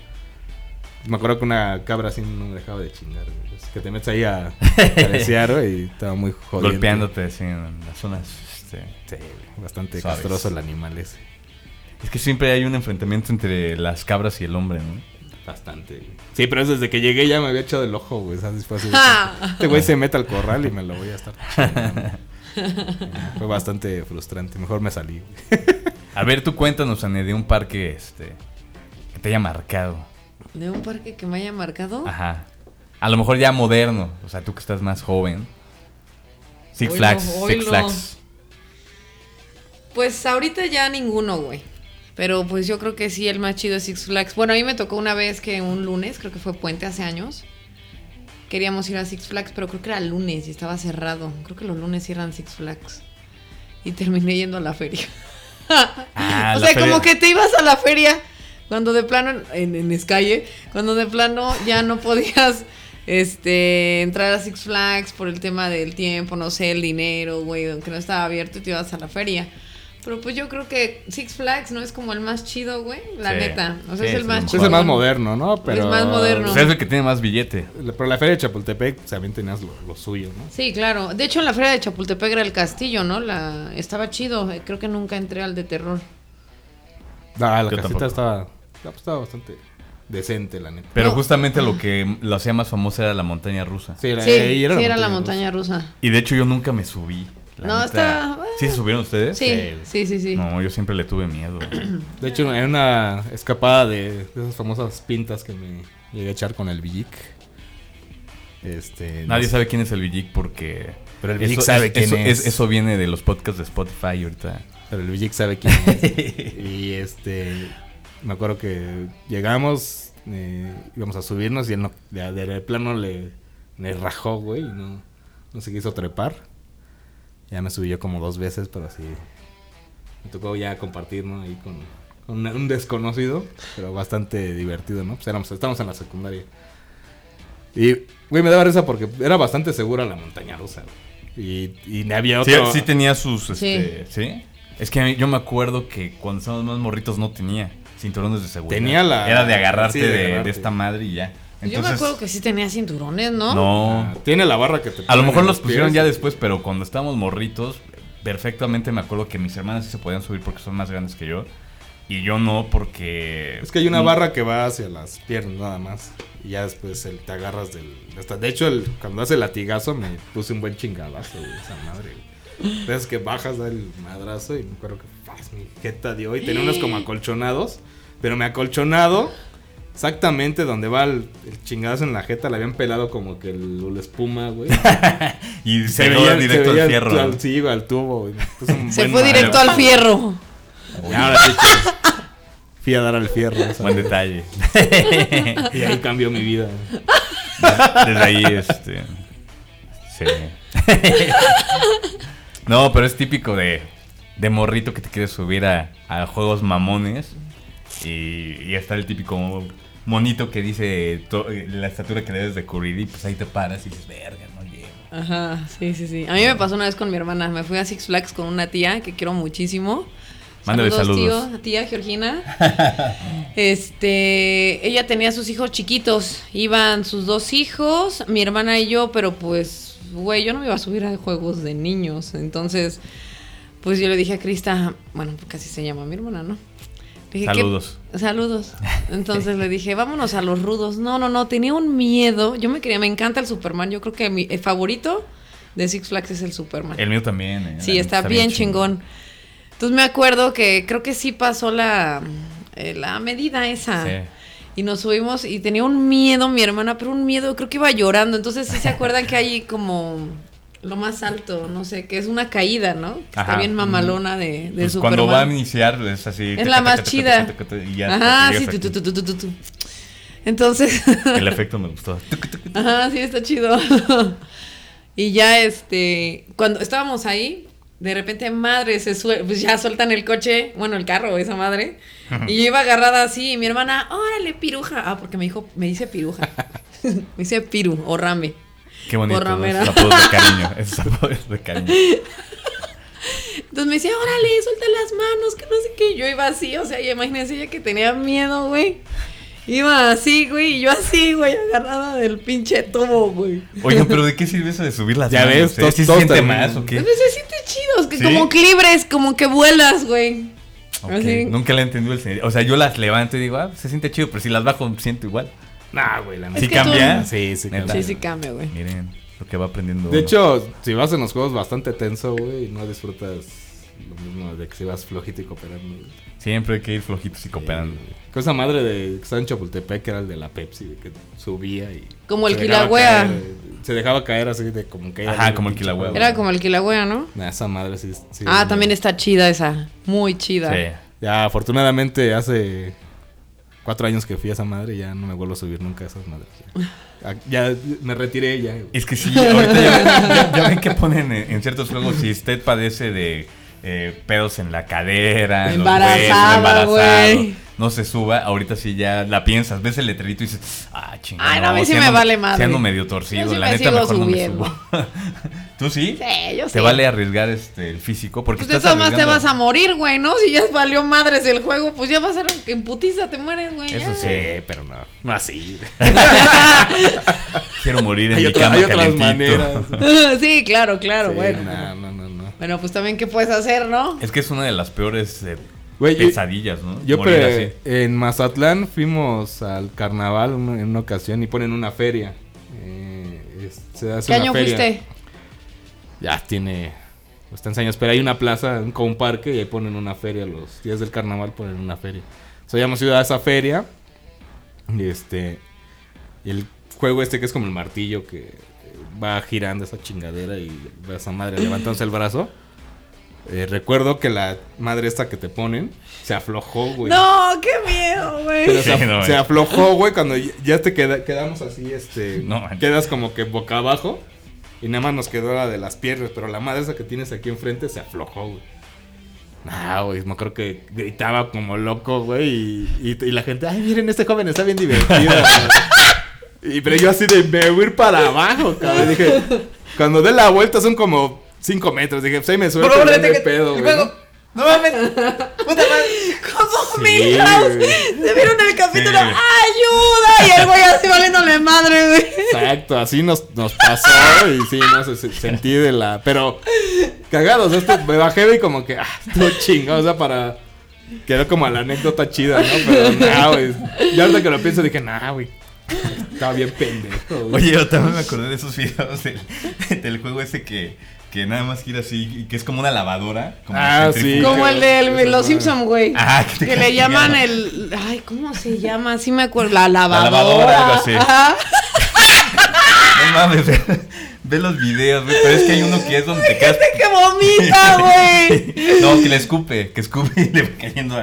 S6: Me acuerdo que una cabra así no me dejaba de chingar, güey. Es que te metes ahí a
S4: (laughs)
S6: acariciar, güey, y estaba muy jodido.
S4: Golpeándote, sí, en las zonas... este,
S6: Sí, güey, bastante
S4: Suaves.
S6: castroso el animal ese.
S4: Es que siempre hay un enfrentamiento entre las cabras y el hombre, ¿no?
S6: Bastante. güey. Sí, pero es desde que llegué ya me había echado el ojo, güey. ¿sabes? Fue así de-
S5: (laughs) Ah.
S6: este güey se mete al corral y me lo voy a estar
S5: (laughs)
S6: chingando. Fue bastante frustrante. Mejor me salí. güey.
S4: A ver, tú cuéntanos, Ane, de un parque este, que te haya marcado.
S5: (laughs) ¿De un parque que me haya marcado?
S4: Ajá. A lo mejor ya moderno. O sea, tú que estás más joven. Six
S5: Oilo,
S4: Flags. Six
S5: oilo.
S4: Flags.
S5: Pues ahorita ya ninguno, güey. Pero pues yo creo que sí, el más chido es Six Flags. Bueno, a mí me tocó una vez que un lunes, creo que fue puente hace años. Queríamos ir a Six Flags, pero creo que era lunes y estaba cerrado. Creo que los lunes cierran Six Flags. Y terminé yendo a la feria.
S4: Ah,
S5: (laughs) o
S4: la
S5: sea,
S4: feria.
S5: como que te ibas a la feria cuando de plano, en, en Escalle, cuando de plano ya no podías este, entrar a Six Flags por el tema del tiempo, no sé, el dinero, güey, aunque no estaba abierto y te ibas a la feria. Pero pues yo creo que Six Flags no es como el más chido, güey, la
S4: Sí.
S5: neta. O
S4: Sí,
S5: sea, es el
S4: es
S5: más
S4: el
S6: Es
S5: chido.
S6: el más moderno, ¿no? Pero,
S5: Es más moderno.
S4: Pues es el que tiene más billete.
S6: Pero la feria de Chapultepec pues, también tenías lo, lo suyo, ¿no?
S5: Sí, claro. De hecho, en la feria de Chapultepec era el castillo, ¿no? La estaba chido. eh, Creo que nunca entré al de terror.
S6: Ah, la
S4: Yo tampoco.
S6: casita estaba, ah, pues, estaba bastante decente, la neta.
S4: Pero
S5: No.
S4: justamente lo que lo hacía más famoso era la montaña rusa.
S6: Sí, era,
S5: sí,
S6: ahí era
S5: sí, era la
S6: rusa.
S5: montaña rusa.
S4: Y de hecho yo nunca me subí. la
S5: No,
S4: neta.
S5: está-
S4: ¿Sí se subieron ustedes?
S5: Sí, sí, sí, sí.
S4: No, yo siempre le tuve
S5: (clears throat)
S4: miedo.
S6: De hecho, en una escapada de, de esas famosas pintas que me llegué a echar con el Villic. Este.
S4: Nadie
S6: no
S4: sabe quién es el Villic porque...
S6: Pero el
S4: eso-
S6: Villic sabe
S4: es-
S6: quién
S4: eso,
S6: es.
S4: Eso viene de los podcasts de Spotify ahorita.
S6: Pero el Villic sabe quién
S4: (laughs)
S6: es. y este. Me acuerdo que llegamos, eh, íbamos a subirnos y él no, de, de plano le, le rajó, güey. y No, no se quiso trepar. Ya me subí yo como dos veces, pero así. Me tocó ya compartir, ¿no? Ahí con, con un- un desconocido, pero bastante divertido, ¿no? Pues éramos, estábamos en la secundaria. Y, güey, me daba risa porque era bastante segura la montaña rusa, güey. Y, y había
S4: Sí,
S6: otro.
S4: sí tenía sus...
S5: Sí.
S4: Este, ¿sí? Es que a mí- yo me acuerdo que cuando estábamos más morritos no tenía cinturones de seguridad.
S6: Tenía la-
S4: Era de agarrarte,
S6: sí, de
S4: de, de
S6: agarrarte.
S4: esta madre y ya.
S5: Pues Yo me acuerdo que sí tenía cinturones, ¿no?
S4: No.
S6: Ah, Tiene la barra que
S4: A
S6: te
S4: lo
S6: ponen
S4: mejor
S6: en
S4: los pusieron
S6: pies.
S4: ya después, pero cuando estábamos morritos, perfectamente me acuerdo que mis hermanas sí se podían subir porque son más grandes que yo. Y yo no porque...
S6: Es que hay una barra que va hacia las piernas nada más. Y ya después el- te agarras del. hasta- de hecho, el, cuando hace el latigazo me puse un buen chingadazo, güey, esa madre, güey. Entonces que bajas da el madrazo y me acuerdo que ¡paz! mi jeta dio. Y tenía unos como acolchonados. Pero me acolchonado. Exactamente donde va el, el chingadazo en la jeta, le habían pelado como que el, la espuma, güey.
S4: Y (laughs) se veía directo
S6: veía
S4: al fierro.
S6: al- sí, güey, al tubo, güey. Me puse un
S5: Se
S6: buen
S5: fue
S6: madre-
S5: directo al fierro.
S6: Y ahora sí, chicos, Fui a dar al fierro. esa
S4: Buen detalle.
S6: Y ahí cambió mi vida.
S4: Desde ahí, este. Sí. No, pero es típico de, de morrito que te quieres subir a, a juegos mamones. Y, y está el típico monito que dice to- la estatura que debes de cubrir. Y pues ahí te paras y dices, verga, no llego.
S5: Ajá, sí, sí, sí. A mí me pasó una vez con mi hermana. Me fui a Six Flags con una tía que quiero muchísimo.
S4: Mándale saludos.
S5: tío,
S4: (laughs)
S5: tía Georgina. Este, ella tenía sus hijos chiquitos. Iban sus dos hijos, mi hermana y yo, pero pues, güey, yo no me iba a subir a juegos de niños. Entonces, pues yo le dije a Crista, bueno, pues casi se llama mi hermana, ¿no? Le dije, ¿qué-
S4: Saludos.
S5: Saludos.
S4: (laughs)
S5: Entonces le dije, vámonos a los rudos. No, no, no, tenía un miedo. Yo me quería, me encanta el Superman. Yo creo que mi el favorito de Six Flags es el Superman.
S4: El mío también. eh,
S5: sí, está, bien chingón. Entonces me acuerdo que creo que sí pasó la, eh, la medida esa.
S4: Sí.
S5: Y nos subimos y tenía un miedo mi hermana, pero un miedo, creo que iba llorando.
S4: (laughs)
S5: Entonces sí se acuerdan que hay como lo más alto, no sé, que es una caída, ¿no? Que está
S4: Ajá.
S5: bien mamalona de, del
S4: Pues
S5: Superman.
S4: cuando va a iniciar es así.
S5: Es la más chida.
S4: Y ya hasta
S5: Ajá,
S4: que
S5: sí.
S4: llegas
S5: tu,
S4: aquí.
S5: tu, tu, tu, tu, tu. Entonces, (laughs)
S4: El efecto me gustó.
S5: ajá, sí, está chido. (laughs) y ya, este, cuando estábamos ahí, de repente, madre, se sue- pues ya sueltan el coche, bueno, el carro, esa madre. y yo iba agarrada así, y mi hermana, órale, piruja. Ah, porque me dijo, me dice piruja. me dice piru o rame.
S4: Qué bonito.
S5: Por ramera.
S4: Esos apodos de
S5: (laughs)
S4: cariño. Esos apodos de cariño.
S5: Entonces me decía, órale, suelta las manos, que no sé qué. Yo iba así, o sea, y imagínense ella que tenía miedo, güey. Iba así, güey, y yo así, güey, agarrada del pinche tubo, güey.
S4: Oigan, pero ¿de qué sirve eso de subir las
S6: Ya
S4: manos?
S6: ves,
S4: eh?
S6: todos-
S4: ¿Sí se
S6: todos
S4: siente
S6: terminan.
S4: más o qué?
S5: Entonces se siente chido, es que
S4: ¿Sí?
S5: como que libres, como que vuelas, güey.
S4: Ok,
S5: Así.
S4: Nunca la he entendido el sentido. O sea, yo las levanto y digo, ah, se siente chido, pero si las bajo siento igual.
S6: Nah, güey, la
S5: Es
S4: ¿Sí
S5: que
S4: cambia?
S6: tú- Sí, sí
S4: Neta.
S5: Sí, sí cambia, güey.
S4: Miren lo que va aprendiendo.
S6: De
S4: uno.
S6: hecho, si vas en los juegos bastante tenso, güey, no disfrutas lo mismo de que si vas flojito y cooperando. güey.
S4: Siempre hay que ir flojitos y cooperando.
S6: Eh, con esa madre de que estaba en Chapultepec, que era el de la Pepsi, de que subía y.
S5: Como el
S6: se dejaba
S5: Kilauea.
S6: caer, eh, Se dejaba caer así de como que.
S4: Ajá, como el Kilauea, güey.
S5: Era como el Kilauea, ¿no?
S6: Nah, esa madre sí. sí,
S5: Ah,
S6: me-
S5: también está chida esa. Muy chida.
S4: Sí.
S6: Ya, afortunadamente hace cuatro años que fui a esa madre y ya no me vuelvo a subir nunca a esas madres. Ya, Ya me retiré ya. güey.
S4: Es que
S5: (laughs)
S4: sí, ahorita ya, ven- ya- ya ven que ponen en, en ciertos juegos si usted padece de eh, pedos en la cadera, en los huesos,
S5: Embarazada, güey.
S4: no se suba, ahorita sí ya la piensas, ves el letrerito y dices, ah, chingada.
S5: Ay, no, a mí sí me vale madre.
S4: Siendo medio
S5: Yo
S4: torcido,
S5: sí
S4: la
S5: me
S4: neta
S5: sigo
S4: mejor
S5: subiendo.
S4: no me subo. (laughs) ¿Tú sí?
S5: Sí, yo
S4: ¿Te
S5: sí.
S4: vale arriesgar este, el físico? Porque
S5: Pues de
S4: estás
S5: todas más te
S4: arriesgando-
S5: vas a morir, güey, ¿no? Si ya valió madres el juego, pues ya vas a ser que en putiza te mueres, güey. ¿eh?
S4: Eso
S5: ya.
S4: sí,
S6: pero no. No
S1: Ah,
S6: así.
S4: quiero morir en
S6: Hay,
S4: mi
S6: otra-
S4: cama
S6: hay otras
S4: calentito.
S5: (laughs)
S6: maneras.
S5: sí, claro, claro,
S6: Sí,
S5: bueno.
S6: No, no, no, no.
S5: Bueno, pues también qué puedes hacer, ¿no?
S4: (laughs) Es que es una de las peores eh,
S6: Güey, yo-
S4: pesadillas, ¿no?
S6: Yo
S4: Morir
S6: pre-
S4: así.
S6: en Mazatlán fuimos al carnaval una- en una ocasión y ponen una feria. Eh, es- se hace
S5: ¿Qué
S6: una
S5: año
S6: feria.
S5: fuiste?
S6: Ya tiene bastantes años, pero hay una plaza un- con un parque y ahí ponen una feria. Los días del carnaval ponen una feria. So, ya hemos ido a esa feria. Y este. y el juego este que es como el martillo que eh, va girando esa chingadera y va esa madre levantándose el brazo. Eh, recuerdo que la madre esta que te ponen se aflojó, güey.
S5: No, qué miedo, güey.
S6: Pero se, af-
S4: Sí, no,
S6: se
S4: eh.
S6: aflojó, güey, cuando ya- ya te queda- quedamos así, este...
S4: No, eh. man.
S6: quedas como que boca abajo y nada más nos quedó la de las piernas, pero la madre esa que tienes aquí enfrente se aflojó, güey. Nah, güey, me acuerdo que gritaba como loco, güey, y, y- y la gente, ay, miren, este joven está bien divertido. güey". y pero yo así de, me voy a ir para abajo, cabrón. Dije, cuando dé la vuelta son como 5 metros. Dije, pues ahí me suelto, ya no hay pedo, güey. ¿no?
S5: No mames. Puta madre. Como
S6: Sí,
S5: Milhouse.
S6: güey.
S5: Se vieron el capítulo.
S4: Sí.
S5: ¡Ayuda! Y el güey así valiéndole madre, güey.
S6: Exacto, así nos, nos pasó y sí, no sé, se- sentí de la... Pero cagados, este, me bajé y como que, ah, estuvo chingado, o sea, para... Quedó como la anécdota chida, ¿no? Pero nah, güey. Y ahorita que lo pienso dije, nah, güey. Estaba bien pendejo, güey.
S4: Oye, yo también me acordé de esos videos del, (laughs) del juego ese que, que nada más gira así y que es como una lavadora. Como
S6: Ah,
S4: centrífuga.
S6: Sí,
S5: Como el de
S6: cabrón,
S5: los
S6: esa
S5: Simpson, güey.
S4: Ah, que te
S5: Que le
S4: castigan.
S5: llaman el. Ay, ¿cómo se llama? Sí me acuerdo. La lavadora.
S4: lavadora, algo así.
S5: Ajá.
S4: No mames, (laughs) ve, ve los videos, güey, pero es que hay uno que es donde te quedas.
S5: Gente Este que
S4: (laughs)
S5: vomita, güey.
S4: No, que le escupe, que escupe y le va cayendo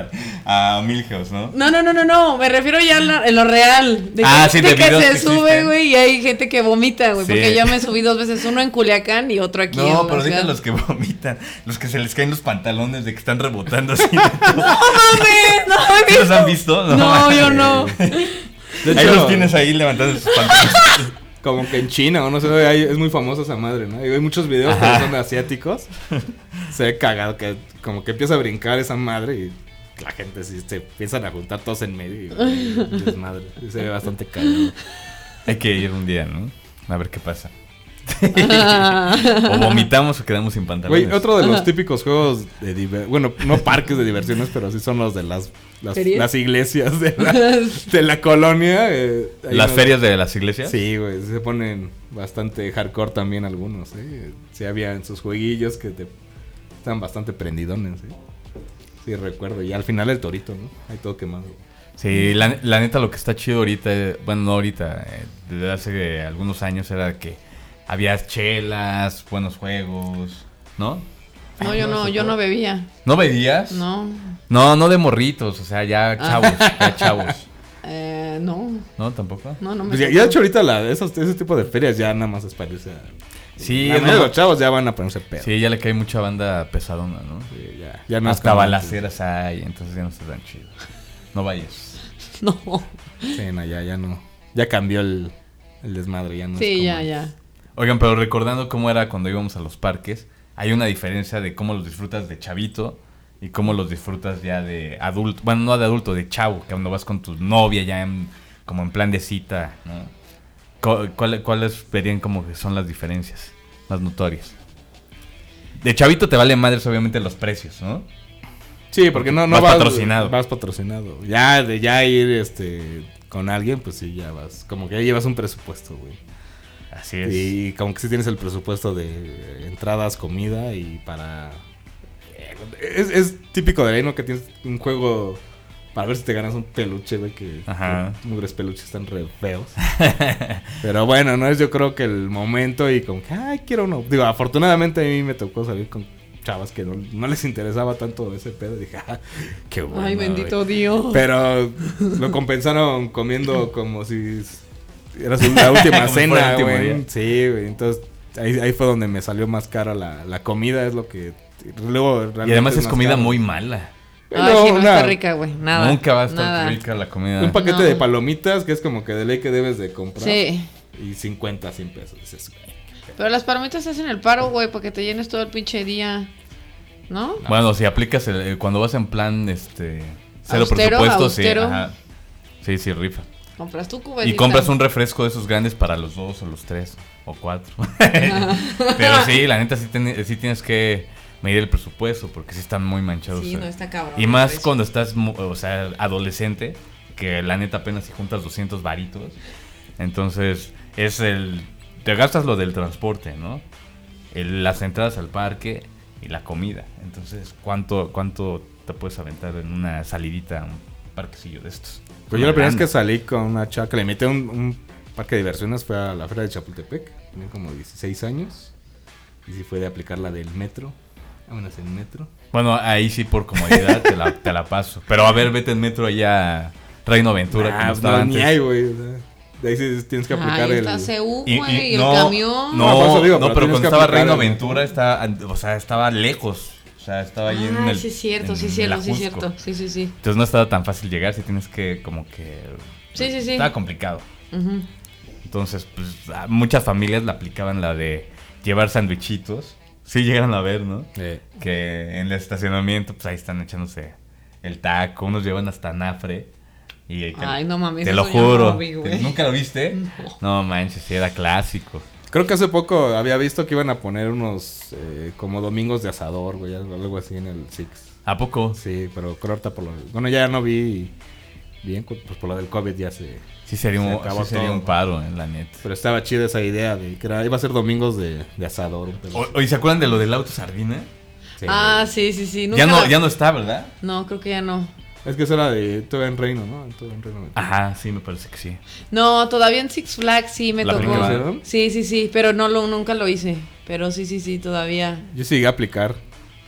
S4: a, a Milhouse, ¿no?
S5: No, no, no, no, no. Me refiero ya en lo, en lo real. De
S4: Ah,
S5: que,
S4: sí,
S5: de
S4: de
S5: que
S4: videos
S5: se
S4: que
S5: sube,
S4: existen.
S5: güey, y hay gente que vomita, güey.
S4: Sí.
S5: Porque yo me subí dos veces, uno en Culiacán y otro aquí. en
S4: No,
S5: la
S4: pero
S5: ciudad.
S4: deja los que (laughs) vomitan, los que se les caen los pantalones de que están rebotando así. ¿Sí
S5: ¡No mames! No, he
S4: ¿Los han visto?
S5: No,
S4: mames. (laughs)
S5: yo no.
S6: De
S4: Ahí
S6: hecho,
S4: los tienes ahí levantando sus pantalones.
S6: Como que en China, o no sé, hay- es muy famosa esa madre, ¿no? Hay muchos videos que son de asiáticos. Se ve cagado, que como que empieza a brincar esa madre y la gente sí se empiezan a juntar todos en medio. Y, güey, desmadre. Sí, Se ve bastante cagado.
S4: Hay que ir un día, ¿no? A ver qué pasa.
S5: Ah.
S4: O vomitamos o quedamos sin pantalones.
S6: Güey, otro de los típicos juegos de diver- bueno, no parques de diversiones, pero sí son los de las las,
S5: ¿Ferias?
S6: las iglesias de la, de la colonia. eh, hay
S4: ¿Las
S6: unos-
S4: ferias de las iglesias?
S6: Sí, güey, se ponen bastante hardcore también algunos, ¿eh? Sí, había en sus jueguillos que te están bastante prendidones, ¿eh? Sí, recuerdo. Y al final el torito, ¿no? Hay todo quemado.
S4: Sí, la, la neta lo que está chido ahorita, eh, bueno, no ahorita, eh, desde hace eh, algunos años era que había chelas, buenos juegos, ¿no?
S5: No, yo no, yo no bebía.
S4: ¿No bebías?
S5: No. Ah.
S4: No, no de morritos, o sea, ya chavos,
S5: (laughs)
S4: ya chavos.
S5: Eh, no.
S4: ¿No? ¿Tampoco?
S5: No, no me.
S6: Pues ya, ya de hecho ahorita la, esos, ese tipo de ferias ya nada más es para irse a-
S4: Sí,
S6: La
S4: es
S6: mayoría de
S4: lo-
S6: los chavos ya van a ponerse pedo.
S4: sí, ya le cae mucha banda pesadona, ¿no?
S6: Sí, ya, ya no es
S4: Hasta
S6: como-
S4: balaceras hay, entonces ya no está tan chido. No vayas.
S5: (laughs) No.
S6: Sí, no, ya, ya no. Ya cambió el, el desmadre, ya no es
S5: Sí,
S6: como-
S5: ya, ya.
S4: Oigan, pero recordando cómo era cuando íbamos a los parques, hay una diferencia de cómo los disfrutas de chavito y cómo los disfrutas ya de adulto. Bueno, no de adulto, de chavo, que cuando vas con tu novia ya en- como en plan de cita, ¿no? Co- cuál- ¿Cuáles verían como que son las diferencias más notorias? De chavito te vale madres obviamente los precios, ¿no?
S6: Sí, porque no, no
S4: Vas patrocinado.
S6: Vas patrocinado. Ya, de ya ir este con alguien, pues sí, ya vas. Como que ya llevas un presupuesto, güey.
S4: Así es.
S6: Y como que sí tienes el presupuesto de eh, entradas, comida y para eh, Es, es típico de ahí, ¿no? Que tienes un juego para ver si te ganas un peluche, güey. Que
S4: Ajá.
S6: que mugres peluches están re
S4: (laughs)
S6: feos. Pero bueno, no es yo creo que el momento y como que, ay, quiero uno. Digo, afortunadamente a mí me tocó salir con chavas que no, no les interesaba tanto ese pedo. Y dije, ah, qué bueno.
S5: Ay,
S6: güey".
S5: bendito Dios.
S6: Pero lo compensaron comiendo como si era su la última
S4: (laughs) Como si fuera
S6: cena,
S4: el último
S6: güey.
S4: día.
S6: Sí, güey. Entonces ahí, ahí fue donde me salió más cara la, la comida, es lo que luego
S4: Y
S6: realmente
S4: además es
S6: más
S4: comida
S6: caro.
S4: muy mala.
S5: Ay,
S6: No,
S5: sí, no está
S6: una-
S5: rica, güey. Nada.
S4: Nunca va a estar
S5: nada.
S4: rica la comida.
S6: Un paquete
S5: No.
S6: de palomitas que es como que de ley que debes de comprar.
S5: Sí.
S6: Y 50, 100 pesos. Dices, güey,
S5: Pero las palomitas hacen el paro, güey, para que te llenes todo el pinche día. ¿No?
S4: Bueno, si aplicas el- el- cuando vas en plan este cero
S5: Austero,
S4: presupuesto,
S5: austero. Pues
S4: sí. ajá. Sí, sí, rifa.
S5: Compras tu cubetita.
S4: Y compras un refresco de esos grandes para los dos o los tres o
S5: (laughs)
S4: cuatro. Pero sí, la neta sí, ten- sí tienes que medir el presupuesto porque sí están muy manchados.
S5: Sí,
S4: eh.
S5: no está cabrón.
S4: Y más
S5: Eso.
S4: cuando estás, mu- o sea, adolescente, que la neta apenas si juntas 200 varitos. Entonces, es el... Te gastas lo del transporte, ¿no? El- las entradas al parque y la comida. Entonces, ¿cuánto, ¿cuánto te puedes aventar en una salidita a un parquecillo de estos?
S6: Pues yo la primera vez
S4: Grande.
S6: que salí con una chava que le metí a un, un parque de diversiones fue a la Feria de Chapultepec. Tenía como 16 años. Y sí fue de aplicar la del metro. Vámonos en metro.
S4: Bueno, ahí sí por comodidad te la, te la paso. Pero a ver, vete en metro allá a Reino Aventura,
S6: Nah,
S4: como
S6: pues
S4: estaba
S6: no,
S4: antes.
S6: ni hay, güey. o sea, de ahí sí tienes que aplicar
S5: Ahí
S6: el.
S5: está CU,
S4: Y- y
S5: güey, el
S4: no,
S5: camión.
S4: No,
S6: No, por eso digo,
S4: no, pero
S6: pero tienes
S4: cuando
S6: que
S4: estaba
S6: aplicar
S4: Reino
S6: el-
S4: Aventura, estaba, o sea, estaba lejos. O sea, estaba ahí en
S5: Ay,
S4: el.
S5: sí es cierto,
S4: en
S5: sí es
S4: el
S5: cierto, sí es
S4: Ajusco.
S5: cierto. Sí, sí, sí.
S4: Entonces no estaba tan fácil llegar, si tienes que, como que.
S5: Sí, sí, sí.
S4: Estaba complicado.
S5: Ujú.
S4: Entonces, pues, a muchas familias la aplicaban la de llevar sandwichitos. Sí, llegaron a ver, ¿no?
S6: Eh,
S4: que en el estacionamiento, pues ahí están echándose el taco, unos llevan hasta nafre. Y el-
S5: Ay, no mames,
S4: Te
S5: eso
S4: lo
S5: yo no lo
S4: juro.
S5: vi, güey.
S4: ¿Nunca lo
S5: (laughs)
S4: viste? No, manches, sí, era clásico.
S6: Creo que hace poco había visto que iban a poner unos eh, como domingos de asador, güey, algo así en el Six.
S4: ¿A poco?
S6: Sí, pero creo ahorita por lo. Bueno, ya no vi bien, cu- pues por lo del COVID ya se.
S4: Sí, sería
S6: Se
S4: un,
S6: acabó
S4: sí sería
S6: todo.
S4: un paro, en la neta.
S6: Pero estaba chida esa idea de que era- iba a ser domingos de, de asador. un pedo
S4: O- Oye, ¿se acuerdan de lo del auto sardina?
S6: así.
S5: Ah, sí, sí, sí.
S4: Ya
S5: nunca
S4: no,
S5: la-
S4: ya no está, ¿verdad?
S5: No, creo que ya no.
S6: Es que eso era de todo en reino, ¿no? Todo en reino.
S4: Ajá, sí, me parece que sí.
S5: No, todavía en Six Flags sí me
S4: La
S5: tocó.
S4: primera
S6: vez, ¿no?
S5: Sí, sí, sí, pero no lo, nunca lo hice. Pero sí, sí, sí, todavía.
S6: Yo sí llegué a aplicar.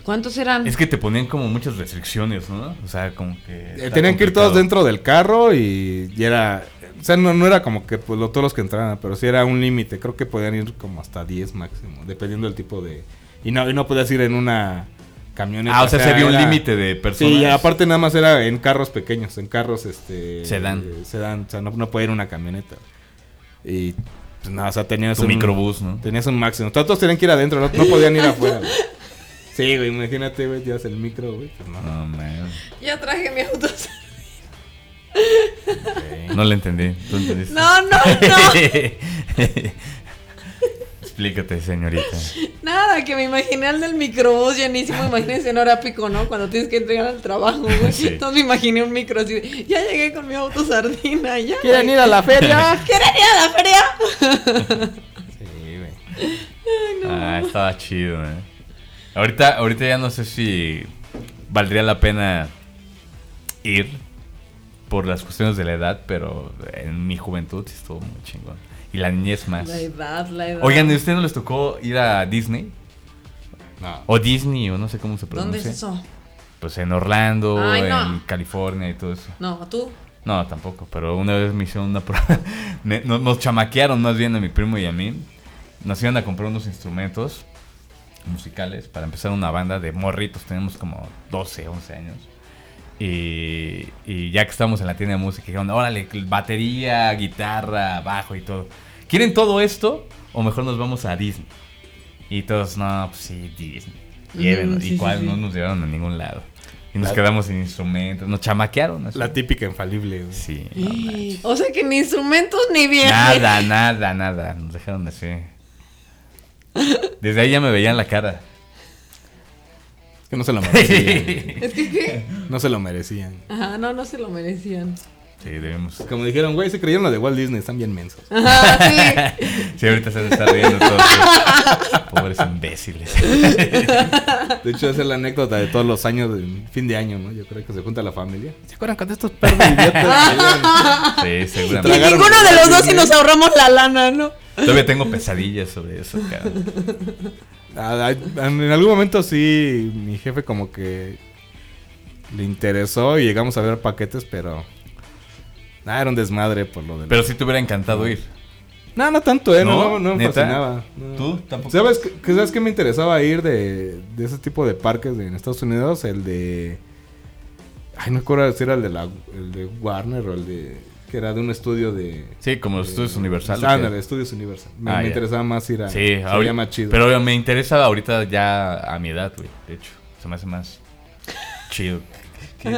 S5: ¿Cuántos eran?
S4: Es que te ponían como muchas restricciones, ¿no? O sea, como que...
S6: Eh,
S4: está
S6: tenían que ir
S4: complicado.
S6: todos dentro del carro y, y era... O sea, no, no era como que pues, lo- todos los que entraran, pero sí era un límite. Creo que podían ir como hasta 10 máximo, dependiendo del tipo de... Y no, y no podías ir en una camioneta.
S4: Ah, o sea, se vio un
S6: era-
S4: límite de personas.
S6: Sí, y aparte nada más era en carros pequeños, en carros este...
S4: Sedán.
S6: eh, sedán, o sea, no, no podía ir en una camioneta. Y pues nada, o sea, tenías
S4: Tu microbús, ¿no?
S6: Tenías un máximo. Todos tenían que ir adentro, no, no podían
S4: (laughs)
S6: ir afuera. güey. Sí, güey, imagínate, güey, llevas el micro, güey. pues, no.
S4: No, man.
S5: Ya traje mi auto. (laughs)
S4: No le entendí. ¿Tú entendiste? (laughs)
S5: No, no, no.
S4: Explícate, señorita.
S5: Nada, que me imaginé al del microbús llenísimo. Imagínense en hora pico, ¿no? Cuando tienes que entregar al trabajo, güey.
S4: (laughs) Sí.
S5: Entonces me imaginé un micro así. de, Ya llegué con mi auto sardina. Ya.
S6: ¿Quieren ir a la feria?
S5: (laughs) ¿Quieren ir a la feria?
S6: Sí, güey.
S4: Ah, estaba chido, eh. Ahorita, ahorita ya no sé si valdría la pena ir por las cuestiones de la edad, pero en mi juventud sí estuvo muy chingón. Y la niñez más.
S5: La edad, la edad.
S4: Oigan, ¿y a ustedes no les tocó ir a Disney?
S6: No.
S4: O Disney, o no sé cómo se pronuncia.
S5: ¿dónde es eso?
S4: Pues en Orlando,
S5: Ay, no.
S4: en California y todo eso.
S5: No, tú.
S4: No, tampoco, pero una vez me hicieron una prueba. (laughs) me- no- nos chamaquearon más bien a mi primo y a mí. Nos iban a comprar unos instrumentos musicales para empezar una banda de morritos. Tenemos como 12, 11 años. Y, y ya que estábamos en la tienda de música, dijeron: Órale, batería, guitarra, bajo y todo. ¿Quieren todo esto? O mejor nos vamos a Disney. Y todos, no, pues sí, Disney. Llévenos. y
S5: sí, sí,
S4: cuál
S5: sí.
S4: no nos llevaron a ningún lado. Y nos
S6: La-
S4: quedamos sin instrumentos, nos chamaquearon. así.
S6: La típica infalible, güey.
S4: Sí, no
S6: (laughs)
S4: manches.
S5: O sea que ni instrumentos ni viajes.
S4: Nada, nada, nada. Nos dejaron así. Desde ahí ya me veían la cara.
S6: Es (laughs) que no se lo merecían. güey.
S5: Es que, ¿qué?
S6: no se lo merecían.
S5: Ajá, no, no se lo merecían.
S4: Sí, debemos.
S6: Como dijeron, güey, se creyeron lo de Walt Disney, están bien mensos.
S5: Ajá, sí.
S4: Sí, ahorita se está riendo todos. Pobres imbéciles.
S6: De hecho, esa es la anécdota de todos los años de fin de año, ¿no? Yo creo que se junta la familia. ¿Se acuerdan cuando estos perros (laughs) idiotas?
S4: (laughs) Sí,
S5: Y
S4: seguramente.
S6: Tragaron
S5: ninguno de
S6: Walt
S5: los dos y
S6: Disney.
S5: nos ahorramos la lana, ¿no?
S4: Todavía tengo pesadillas sobre eso, cabrón.
S6: Ah, ah, En en algún momento sí, mi jefe como que le interesó y llegamos a ver paquetes, pero... Ah, era un desmadre por lo de...
S4: Pero sí te hubiera encantado ir.
S6: No, no tanto, eh.
S4: ¿No?
S6: No, no, no me
S4: ¿Neta?
S6: fascinaba. no.
S4: ¿Tú? Tampoco.
S6: ¿Sabes qué, qué- ¿Sabes qué me interesaba ir de, de ese tipo de parques de- en Estados Unidos? El de... Ay, no recuerdo si era el de, la, el de Warner o el de... Que era de un estudio de...
S4: Sí, como los estudios universales.
S6: Ah, de Estudios Universal. Me,
S4: Ah,
S6: me
S4: ya.
S6: interesaba más ir a...
S4: Sí,
S6: se
S4: ahorita.
S6: veía más chido.
S4: Pero me interesa ahorita ya a mi edad, güey. De hecho, se me hace más chido. (laughs) se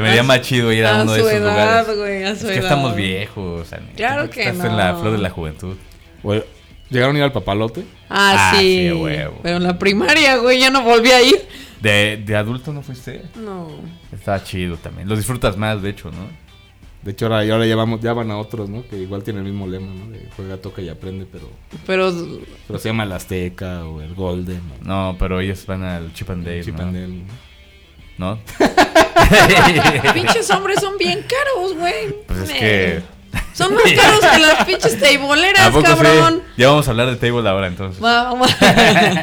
S4: me haría más chido ir a
S5: A
S4: uno de
S5: su
S4: esos
S5: edad,
S4: lugares.
S5: güey, a
S4: Es
S5: su
S4: que
S5: edad.
S4: estamos viejos. Ani.
S5: Claro
S4: Tú
S5: que
S4: Estás en la
S5: no.
S4: flor de la juventud.
S6: O el- ¿Llegaron a ir al papalote?
S5: Ah,
S4: Ah, sí,
S5: sí.
S4: a huevo.
S5: Pero en la primaria, güey, ya no volví a ir.
S4: De, de adulto no fuiste.
S5: No.
S4: Está chido también. Lo disfrutas más, de hecho, ¿no?
S6: De hecho, ahora, y ahora ya, vamos, ya van a otros, ¿no? Que igual tienen el mismo lema, ¿no? De juega, toca y aprende, pero...
S5: Pero
S6: Pero se llama el Azteca o el Golden o
S4: No, pero ellos van al Chip and Dale.
S6: Chip
S4: ¿no?
S6: and Dale, ¿no? (laughs)
S4: ¿No?
S5: (laughs) pinches hombres son bien caros, güey.
S4: (laughs) Pues es
S5: Me-
S4: que.
S5: Son más caros que las
S4: (laughs)
S5: pinches
S4: ¿A
S5: tableras,
S4: poco sí?
S5: cabrón.
S4: Ya vamos a hablar de table ahora entonces. (laughs)
S5: Va, vamos. Ay,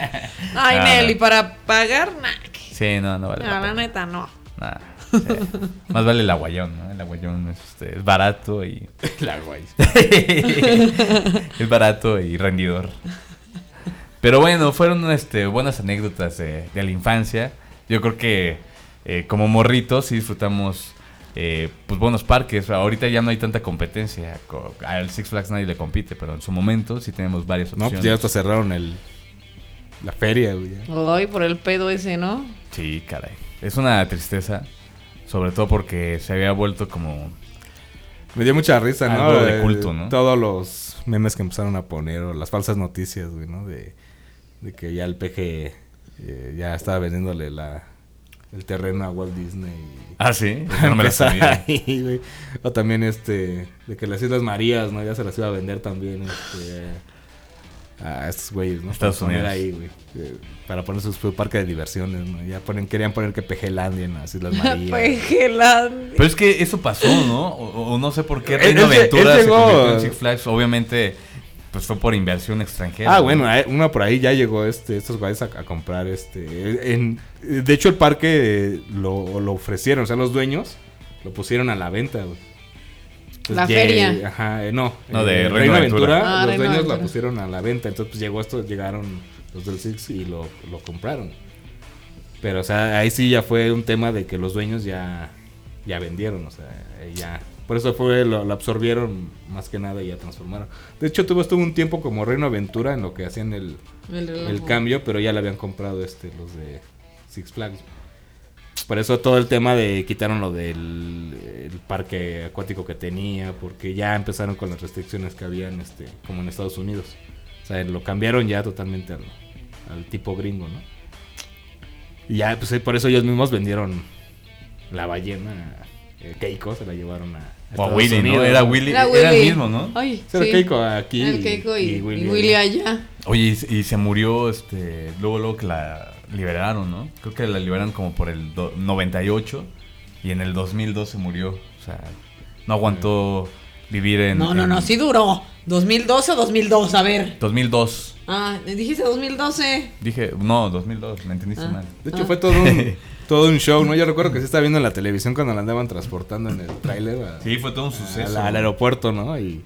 S4: Ah,
S5: Nelly,
S4: no.
S5: para pagar, nah, que-
S4: Sí, no, no vale.
S5: no,
S4: la
S5: la
S4: pena.
S5: neta, no.
S4: Nah, sí. Más vale el aguayón, ¿no? El aguayón es, este, es barato y. (laughs) es barato y rendidor. Pero bueno, fueron este, buenas anécdotas de, de la infancia. Yo creo que eh, como morritos sí disfrutamos eh, pues buenos parques. Ahorita ya no hay tanta competencia. Co- Al Six Flags nadie le compite, pero en su momento sí tenemos varias
S6: No,
S4: opciones.
S6: pues ya hasta cerraron el... La feria, güey. ya.
S5: Ay, por el pedo ese, ¿no?
S4: Sí, caray. Es una tristeza. Sobre todo porque se había vuelto como.
S6: Me dio mucha risa, ¿no?
S4: Algo de
S6: Eh,
S4: culto, ¿no?
S6: Todos los memes que empezaron a poner o las falsas noticias, güey, ¿no? De, de que ya el PG eh, ya estaba vendiéndole la, el terreno a Walt Disney.
S4: Ah, sí. Eso no me lo
S6: (laughs) Empezar
S4: sabía.
S6: ahí, güey. O también este, de que las Islas Marías, ¿no? Ya se las iba a vender también este, a estos güeyes, ¿no?
S4: Estados
S6: Para poner
S4: Unidos.
S6: ahí, güey. Eh, Para poner su, su parque de diversiones, ¿no? Ya ponen, querían poner que Pejelandia en las Islas Marías.
S5: Pues, Pejelandia.
S4: Pero es que eso pasó, ¿no? O, o no sé por qué
S6: Él-
S4: Reino
S6: Eh, él lle-
S4: Aventura
S6: él
S4: se
S6: llegó-
S4: convirtió en Six Flags. Obviamente, pues fue por inversión extranjera.
S6: Ah,
S4: ¿no?
S6: bueno, eh, uno por ahí ya llegó este, estos güeyes a, a comprar este. en- de hecho, el parque eh, lo, lo ofrecieron, o sea, los dueños lo pusieron a la venta, güey. Entonces,
S5: La
S6: ye-
S5: feria.
S6: Ajá, eh, no.
S4: No,
S6: eh,
S4: de Reino Aventura.
S5: Ah,
S6: los
S5: Reino
S6: dueños
S5: Aventura.
S6: la pusieron a la venta. Entonces, pues llegó esto, llegaron los del Six y lo, lo compraron. Pero, o sea, ahí sí ya fue un tema de que los dueños ya, ya vendieron, o sea, eh, ya. Por eso fue, lo, lo absorbieron más que nada y ya transformaron. De hecho, tuvo, estuvo un tiempo como Reino Aventura en lo que hacían el, el cambio, pero ya le habían comprado este, los de Six Flags. Por eso todo el tema de quitaron lo del el parque acuático que tenía, porque ya empezaron con las restricciones que habían este, como en Estados Unidos. O sea, lo cambiaron ya totalmente al, al tipo gringo, ¿no? Y ya, pues eh, por eso ellos mismos vendieron la ballena. eh, Keiko se la llevaron a.
S4: O a
S6: Estados
S4: Willy, ¿no?
S6: Unidos.
S4: Era Willy. Era, el mismo, ¿no?
S5: Ay,
S6: Era
S5: sí.
S6: Keiko ah, aquí.
S5: Era el Keiko y, y Willy, allá.
S4: Oye, y, y se murió, este, luego, luego que la liberaron, ¿no? Creo que la liberaron como por el do- 98 y en el 2002 se murió. O sea, no aguantó vivir en...
S5: No, no,
S4: en
S5: no, sí duró. 2012 o 2002, a ver.
S4: 2002.
S5: Ah, dijiste 2012.
S4: Dije, no, 2002, me entendiste
S5: Ah.
S4: mal.
S6: De hecho, fue todo un, todo un show, ¿no? Yo recuerdo que se estaba viendo en la televisión cuando la andaban transportando en el tráiler a-
S4: Sí, fue todo un
S6: a-
S4: suceso.
S6: al aeropuerto, ¿no? Y,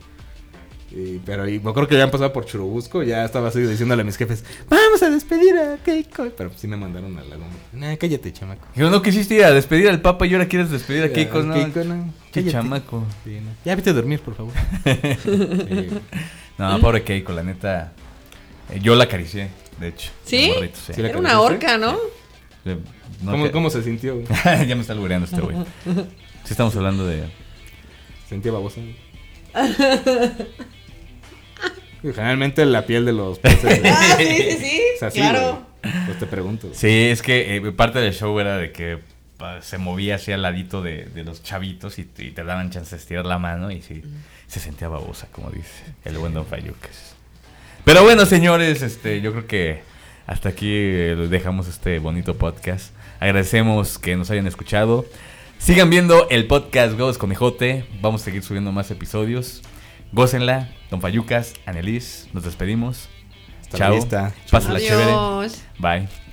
S6: y- pero y, me acuerdo que ya han pasado por Churubusco, ya estaba así diciéndole a mis jefes, vamos a despedir a Keiko. Pero pues, sí me mandaron a la goma. Nah, cállate, chamaco. "Ah,
S4: Digo, no quisiste ir a despedir al Papa y ahora quieres despedir a Keiko, ¿no?
S6: Keiko, no.
S4: Qué
S6: cállate.
S4: chamaco.
S6: Sí, no. Ya vete a dormir,
S4: (laughs)
S6: por favor. Sí.
S4: No, pobre Keiko, la neta. eh, Yo la acaricié, de hecho.
S5: ¿Sí?
S4: de morrito, sí.
S6: Sí, la-
S5: Era una orca, ¿no?
S4: Eh, no
S6: ¿Cómo,
S4: te-
S6: cómo se sintió? güey?
S4: (laughs) ya me está albureando este güey. Sí, estamos hablando de. (laughs)
S6: Sentía babosa. Generalmente la piel de los peces. güey.
S5: Ah, sí, sí, sí.
S6: Es así,
S5: claro.
S6: güey. Pues te pregunto.
S4: Sí, es que eh, parte del show era de que pa- se movía hacia al ladito de, de los chavitos y, te- y te daban chance de estirar la mano y sí, se sentía babosa, como dice el buen Don Fayucas. Pero bueno, señores, este, yo creo que hasta aquí eh, dejamos este bonito podcast. Agradecemos que nos hayan escuchado. Sigan viendo el podcast Gobos Conejote. Vamos a seguir subiendo más episodios. Gócenla, Don Fayucas, Annelies, nos despedimos.
S6: Hasta la
S4: Chao.
S6: vista.
S4: Pásala chévere.
S5: Adiós.
S4: Bye.